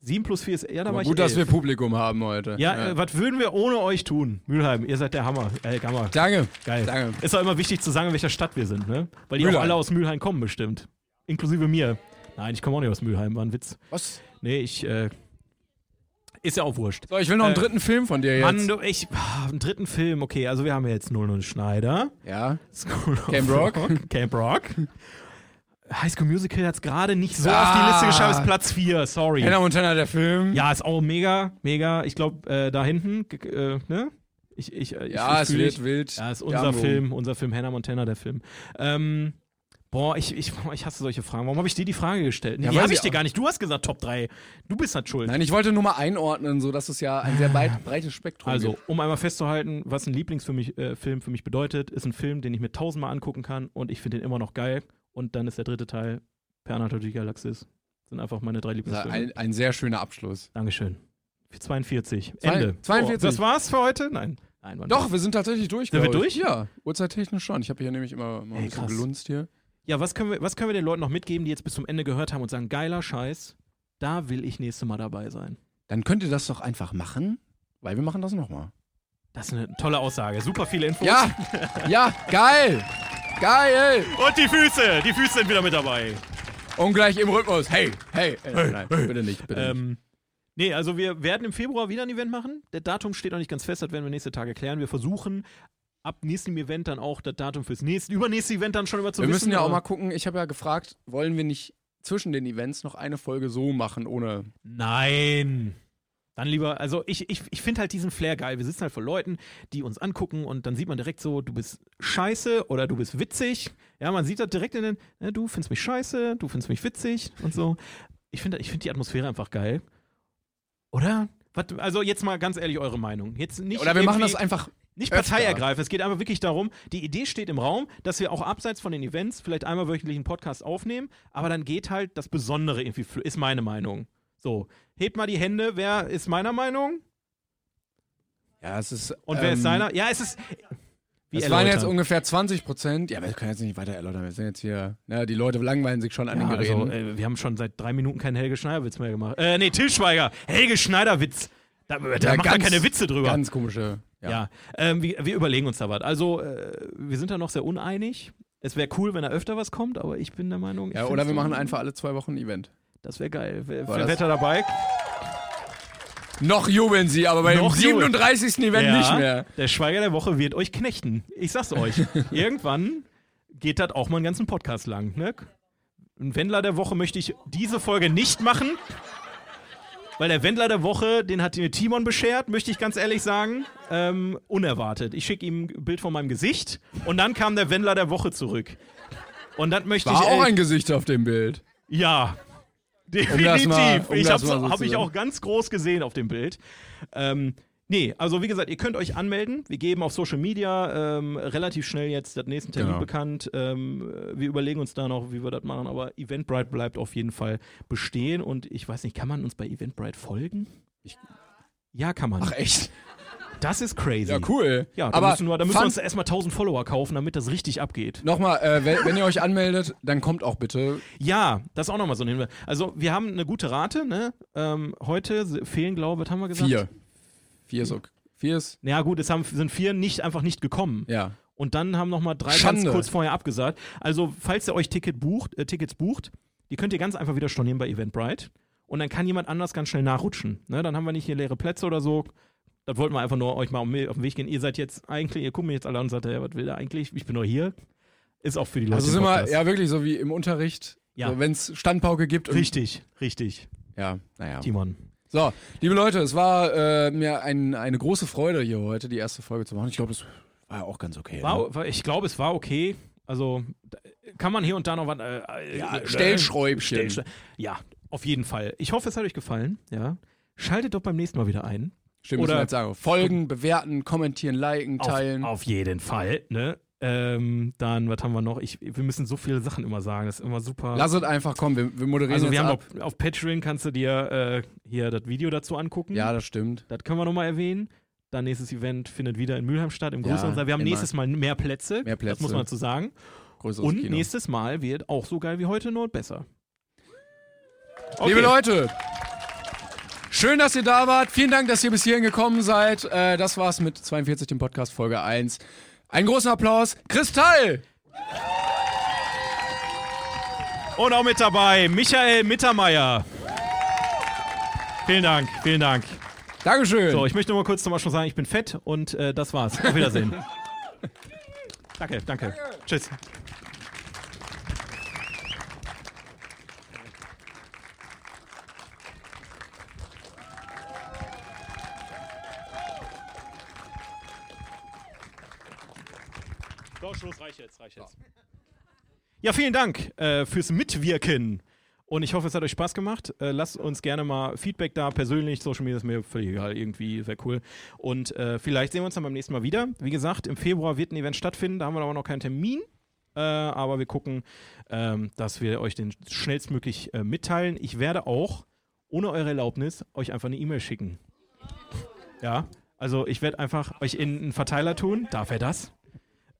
A: 7 plus 4 ist, ja da
B: Aber
A: war ich
B: gut, dass wir
A: 11.
B: Publikum haben heute.
A: ja, äh, was würden wir ohne euch tun? Mülheim, ihr seid der Hammer. Äh, Gamma.
B: Danke.
A: Geil.
B: Danke.
A: Ist auch immer wichtig zu sagen, in welcher Stadt wir sind, ne? Weil die auch
B: Mülheim.
A: alle aus Mülheim kommen bestimmt. Inklusive mir. Nein, ich komme auch nicht aus Mülheim, war ein Witz.
B: Was?
A: Nee, ich, äh, ist ja auch wurscht.
B: So, ich will noch einen dritten Film von dir jetzt.
A: Mann, du, ich, ah, einen dritten Film, okay, also wir haben ja jetzt Null und Schneider.
B: ja.
A: School of
B: Camp Rock.
A: Camp Rock. High School Musical hat es gerade nicht so auf
B: Ah. Genau.
A: die Liste geschafft, ist Platz 4, sorry.
B: Hannah Montana, der Film.
A: Ja, ist auch mega, mega. Ich glaube, äh, da hinten, g- g- äh, ne? Ich, ich, äh, ich,
B: Ja,
A: ich
B: es
A: fühl
B: wird
A: dich.
B: wild.
A: Ja, ist unser
B: Jambo.
A: Film, unser Film, Hannah Montana, der Film. Ähm, boah, ich, ich, boah, ich hasse solche Fragen. Warum habe ich dir die Frage gestellt? Nee,
B: Ja,
A: die
B: weiß
A: habe
B: ich
A: ich dir
B: auch.
A: gar nicht. Du hast gesagt Top 3. Du bist halt schuld.
B: Nein, ich wollte nur mal einordnen, so dass es ja ein sehr breit, breites Spektrum
A: Also,
B: gibt.
A: um einmal festzuhalten, was ein Lieblingsfilm mich, äh, Film für mich bedeutet, ist ein Film, den ich mir tausendmal angucken kann und ich finde den immer noch geil. Und dann ist der dritte Teil Per Anhalter durch die Galaxis. Sind einfach meine drei
B: Das ist
A: Lieblingsfilme.
B: Also ein, ein sehr schöner Abschluss.
A: Dankeschön. Für 42.
B: Zwei-
A: Ende. Oh,
B: 42.
A: das war's für heute? Nein. Nein, Mann.
B: Doch, wir sind tatsächlich durch.
A: Sind wir
B: glaub ich.
A: durch?
B: Ja, uhrzeittechnisch schon. Ich habe hier nämlich immer mal ein
A: Ey,
B: bisschen
A: krass.
B: gelunzt hier.
A: Ja, was können, wir, was können wir den Leuten noch mitgeben, die jetzt bis zum Ende gehört haben und sagen, geiler Scheiß, da will ich nächste Mal dabei sein.
B: Dann könnt ihr das doch einfach machen, weil wir machen das nochmal.
A: Das ist eine tolle Aussage. Super viele Infos.
B: Ja, ja, geil, geil.
A: Und die Füße. Die Füße sind wieder mit dabei.
B: Und gleich im Rhythmus. Hey, hey, hey, nein, bitte nicht, bitte nicht.
A: Ähm, nee, also wir werden im Februar wieder ein Event machen. Der Datum steht noch nicht ganz fest, das werden wir nächste Tage klären. Wir versuchen ab nächstem Event dann auch das Datum fürs nächste, übernächste Event dann schon immer zu
B: Wir
A: wissen.
B: müssen ja auch
A: aber-
B: mal gucken. Ich habe ja gefragt, wollen wir nicht zwischen den Events noch eine Folge so machen, ohne.
A: Nein. Dann lieber, also ich, ich, ich finde halt diesen Flair geil. Wir sitzen halt vor Leuten, die uns angucken und dann sieht man direkt so, du bist scheiße oder du bist witzig. Ja, man sieht das direkt in den, ne, du findest mich scheiße, du findest mich witzig und so. Ich finde ich find die Atmosphäre einfach geil. Oder? Was, also jetzt mal ganz ehrlich eure Meinung. Jetzt nicht
B: Oder wir machen
A: irgendwie-
B: das einfach.
A: nicht
B: öfter.
A: parteiergreifend. Es geht einfach wirklich darum, die Idee steht im Raum, dass wir auch abseits von den Events vielleicht einmal wöchentlich einen Podcast aufnehmen, aber dann geht halt das Besondere irgendwie, flö- ist meine Meinung. So, hebt mal die Hände, wer ist meiner Meinung
B: Ja, es ist.
A: und wer
B: ähm,
A: ist seiner? Ja, es ist. Wie
B: Es waren
A: erläutern?
B: jetzt ungefähr 20 Prozent. Ja, wir können jetzt nicht weiter erläutern. Wir sind jetzt hier. Na, die Leute langweilen sich schon an
A: ja,
B: den Geräten.
A: also, äh, wir haben schon seit drei Minuten keinen Helge Schneider-Witz mehr gemacht. Äh, nee, Till Schweiger. Helge Schneider-Witz. Da, da
B: Ja,
A: macht er
B: ganz-
A: keine Witze drüber.
B: Ganz komische.
A: Ja, Ähm, wir, wir überlegen uns da was. Also, äh, wir sind da noch sehr uneinig. Es wäre cool, wenn da öfter was kommt, aber ich bin der Meinung. ich
B: Ja, oder
A: find's
B: wir
A: so-
B: machen einfach alle zwei Wochen ein Event.
A: Das wäre geil. Wer,
B: War
A: wer
B: das-
A: Wetter dabei?
B: Noch jubeln sie, aber bei dem
A: Noch jubeln.
B: 37. Event
A: Ja,
B: nicht mehr.
A: Der Schweiger der Woche wird euch knechten. Ich sag's euch. Irgendwann geht das auch mal einen ganzen Podcast lang. Ne? Ein Wendler der Woche möchte ich diese Folge nicht machen. Weil der Wendler der Woche, den hat mir Timon beschert, möchte ich ganz ehrlich sagen. Ähm, unerwartet. Ich schicke ihm ein Bild von meinem Gesicht und dann kam der Wendler der Woche zurück. Und das möchte
B: War
A: ich.
B: auch
A: äh,
B: ein Gesicht auf dem Bild.
A: Ja.
B: das
A: Definitiv.
B: mal- um
A: ich
B: das
A: habe
B: mal so
A: hab
B: zu
A: ich
B: sagen.
A: auch ganz groß gesehen auf dem Bild. Ähm, nee, also wie gesagt, ihr könnt euch anmelden. Wir geben auf Social Media ähm, relativ schnell jetzt den nächsten Termin
B: Genau.
A: bekannt. Ähm, wir überlegen uns da noch, wie wir das machen, aber Eventbrite bleibt auf jeden Fall bestehen und ich weiß nicht, kann man uns bei Eventbrite folgen? ja, kann man.
B: Ach echt?
A: das ist crazy.
B: Ja, cool.
A: Ja, da
B: aber
A: müssen wir, da müssen wir
B: Fun-
A: uns erstmal 1000 Follower kaufen, damit das richtig abgeht.
B: Nochmal, äh, wenn, wenn ihr euch anmeldet, dann kommt auch bitte.
A: Ja, das ist auch nochmal so ein Hinweis. Also, wir haben eine gute Rate, ne? Ähm, heute s- fehlen, glaube ich, was haben wir gesagt?
B: Vier. Vier ist okay. Vier ist,
A: Ja, gut, es haben, sind vier nicht, einfach nicht gekommen.
B: ja.
A: Und dann haben nochmal drei
B: Schande.
A: ganz kurz vorher abgesagt. Also, falls ihr euch Ticket bucht, äh, Tickets bucht, die könnt ihr ganz einfach wieder stornieren bei Eventbrite. Und dann kann jemand anders ganz schnell nachrutschen. Ne? Dann haben wir nicht hier leere Plätze oder so. Das wollten wir einfach nur euch mal auf den Weg gehen. Ihr seid jetzt eigentlich, ihr guckt mir jetzt alle an und sagt, ja, was will der eigentlich? Ich bin nur hier. Ist auch für die Leute.
B: Also es ist
A: im
B: immer,
A: Podcast.
B: ja wirklich so wie im Unterricht.
A: Ja.
B: So, wenn es Standpauke gibt. und-
A: richtig, richtig,
B: Ja, naja.
A: Timon.
B: So, liebe Leute, es war äh, mir ein, eine große Freude, hier heute die erste Folge zu machen. Ich glaube, das war ja auch ganz okay. ne?
A: War, war, ich glaube, es war okay. Also da- kann man hier und da noch was. Äh,
B: Ja,
A: äh,
B: ne? Stellschräubchen.
A: Stellschrä- ja, auf jeden Fall. Ich hoffe, es hat euch gefallen. Ja. Schaltet doch beim nächsten Mal wieder ein.
B: Stimmt, müssen
A: Oder-
B: wir jetzt sagen. Folgen, bewerten, kommentieren, liken, teilen.
A: Auf, auf jeden Fall. Ne? Ähm, dann, was haben wir noch? Ich, wir müssen so viele Sachen immer sagen. Das ist immer super.
B: Lass es einfach kommen, wir, wir moderieren
A: also
B: jetzt
A: wir haben
B: ab.
A: auf, auf Patreon kannst du dir äh, hier das Video dazu angucken.
B: Ja, das stimmt.
A: Das können wir nochmal erwähnen. Dann nächstes Event findet wieder in Mülheim statt, im
B: Ja,
A: größeren Saal. Wir haben
B: immer.
A: nächstes Mal mehr Plätze.
B: Mehr
A: Das muss
B: Plätze.
A: man dazu sagen.
B: Größeres
A: Und
B: Kino.
A: nächstes Mal wird auch so geil wie heute, nur besser.
B: Liebe
A: Okay.
B: Leute, schön, dass ihr da wart. Vielen Dank, dass ihr bis hierhin gekommen seid. Äh, das war's mit 42, dem Podcast Folge 1. Einen großen Applaus. Kristall!
A: Und auch mit dabei Michael Mittermeier. Vielen Dank, vielen Dank.
B: Dankeschön.
A: So, ich möchte nur mal kurz zum Abschluss sagen, ich bin fett und äh, das war's. Auf Wiedersehen. danke, danke, Tschüss. So, Schluss, reicht jetzt, reicht jetzt. Ja, vielen Dank äh, fürs Mitwirken. Und ich hoffe, es hat euch Spaß gemacht. Äh, lasst uns gerne mal Feedback da, persönlich, Social Media ist mir völlig egal, irgendwie, wäre cool. Und äh, vielleicht sehen wir uns dann beim nächsten Mal wieder. Wie gesagt, im Februar wird ein Event stattfinden, da haben wir aber noch keinen Termin. Äh, aber wir gucken, ähm, dass wir euch den schnellstmöglich äh, mitteilen. Ich werde auch, ohne eure Erlaubnis, euch einfach eine E-Mail schicken. Ja, also ich werde einfach euch in einen Verteiler tun. Darf er das?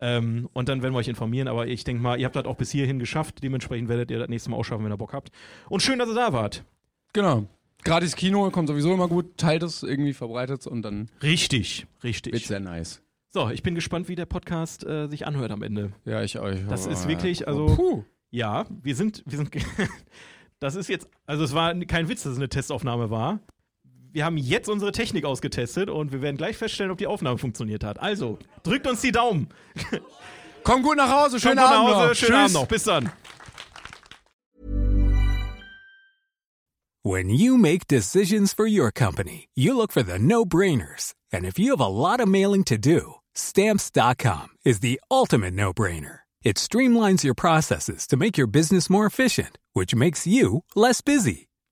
A: Ähm, und dann werden wir euch informieren. Aber ich denke mal, ihr habt das auch bis hierhin geschafft. Dementsprechend werdet ihr das nächste Mal auch schaffen, wenn ihr Bock habt. Und schön, dass ihr da wart.
B: Genau. Gratis Kino kommt sowieso immer gut. Teilt es irgendwie, verbreitet es und dann
A: Richtig,
B: wird's
A: richtig.
B: sehr nice.
A: So, ich bin gespannt, wie der Podcast äh, sich anhört am Ende.
B: Ja, ich euch.
A: Das ist wirklich, also-
B: Puh.
A: Ja, wir sind, wir sind. das ist jetzt, also es war kein Witz, dass es eine Testaufnahme war. Wir haben jetzt unsere Technik ausgetestet und wir werden gleich feststellen, ob die Aufnahme funktioniert hat. Also, drückt uns die Daumen.
B: Komm gut nach Hause. Schönen
A: Kommt gut
B: Abend
A: nach Hause,
B: noch.
A: schönen Abend
B: Tschüss.
A: noch. Bis dann.
D: When you make decisions for your company, you look for the no brainers. And if you have a lot of mailing to do, stamps.com is the ultimate no brainer. It streamlines your processes to make your business more efficient, which makes you less busy.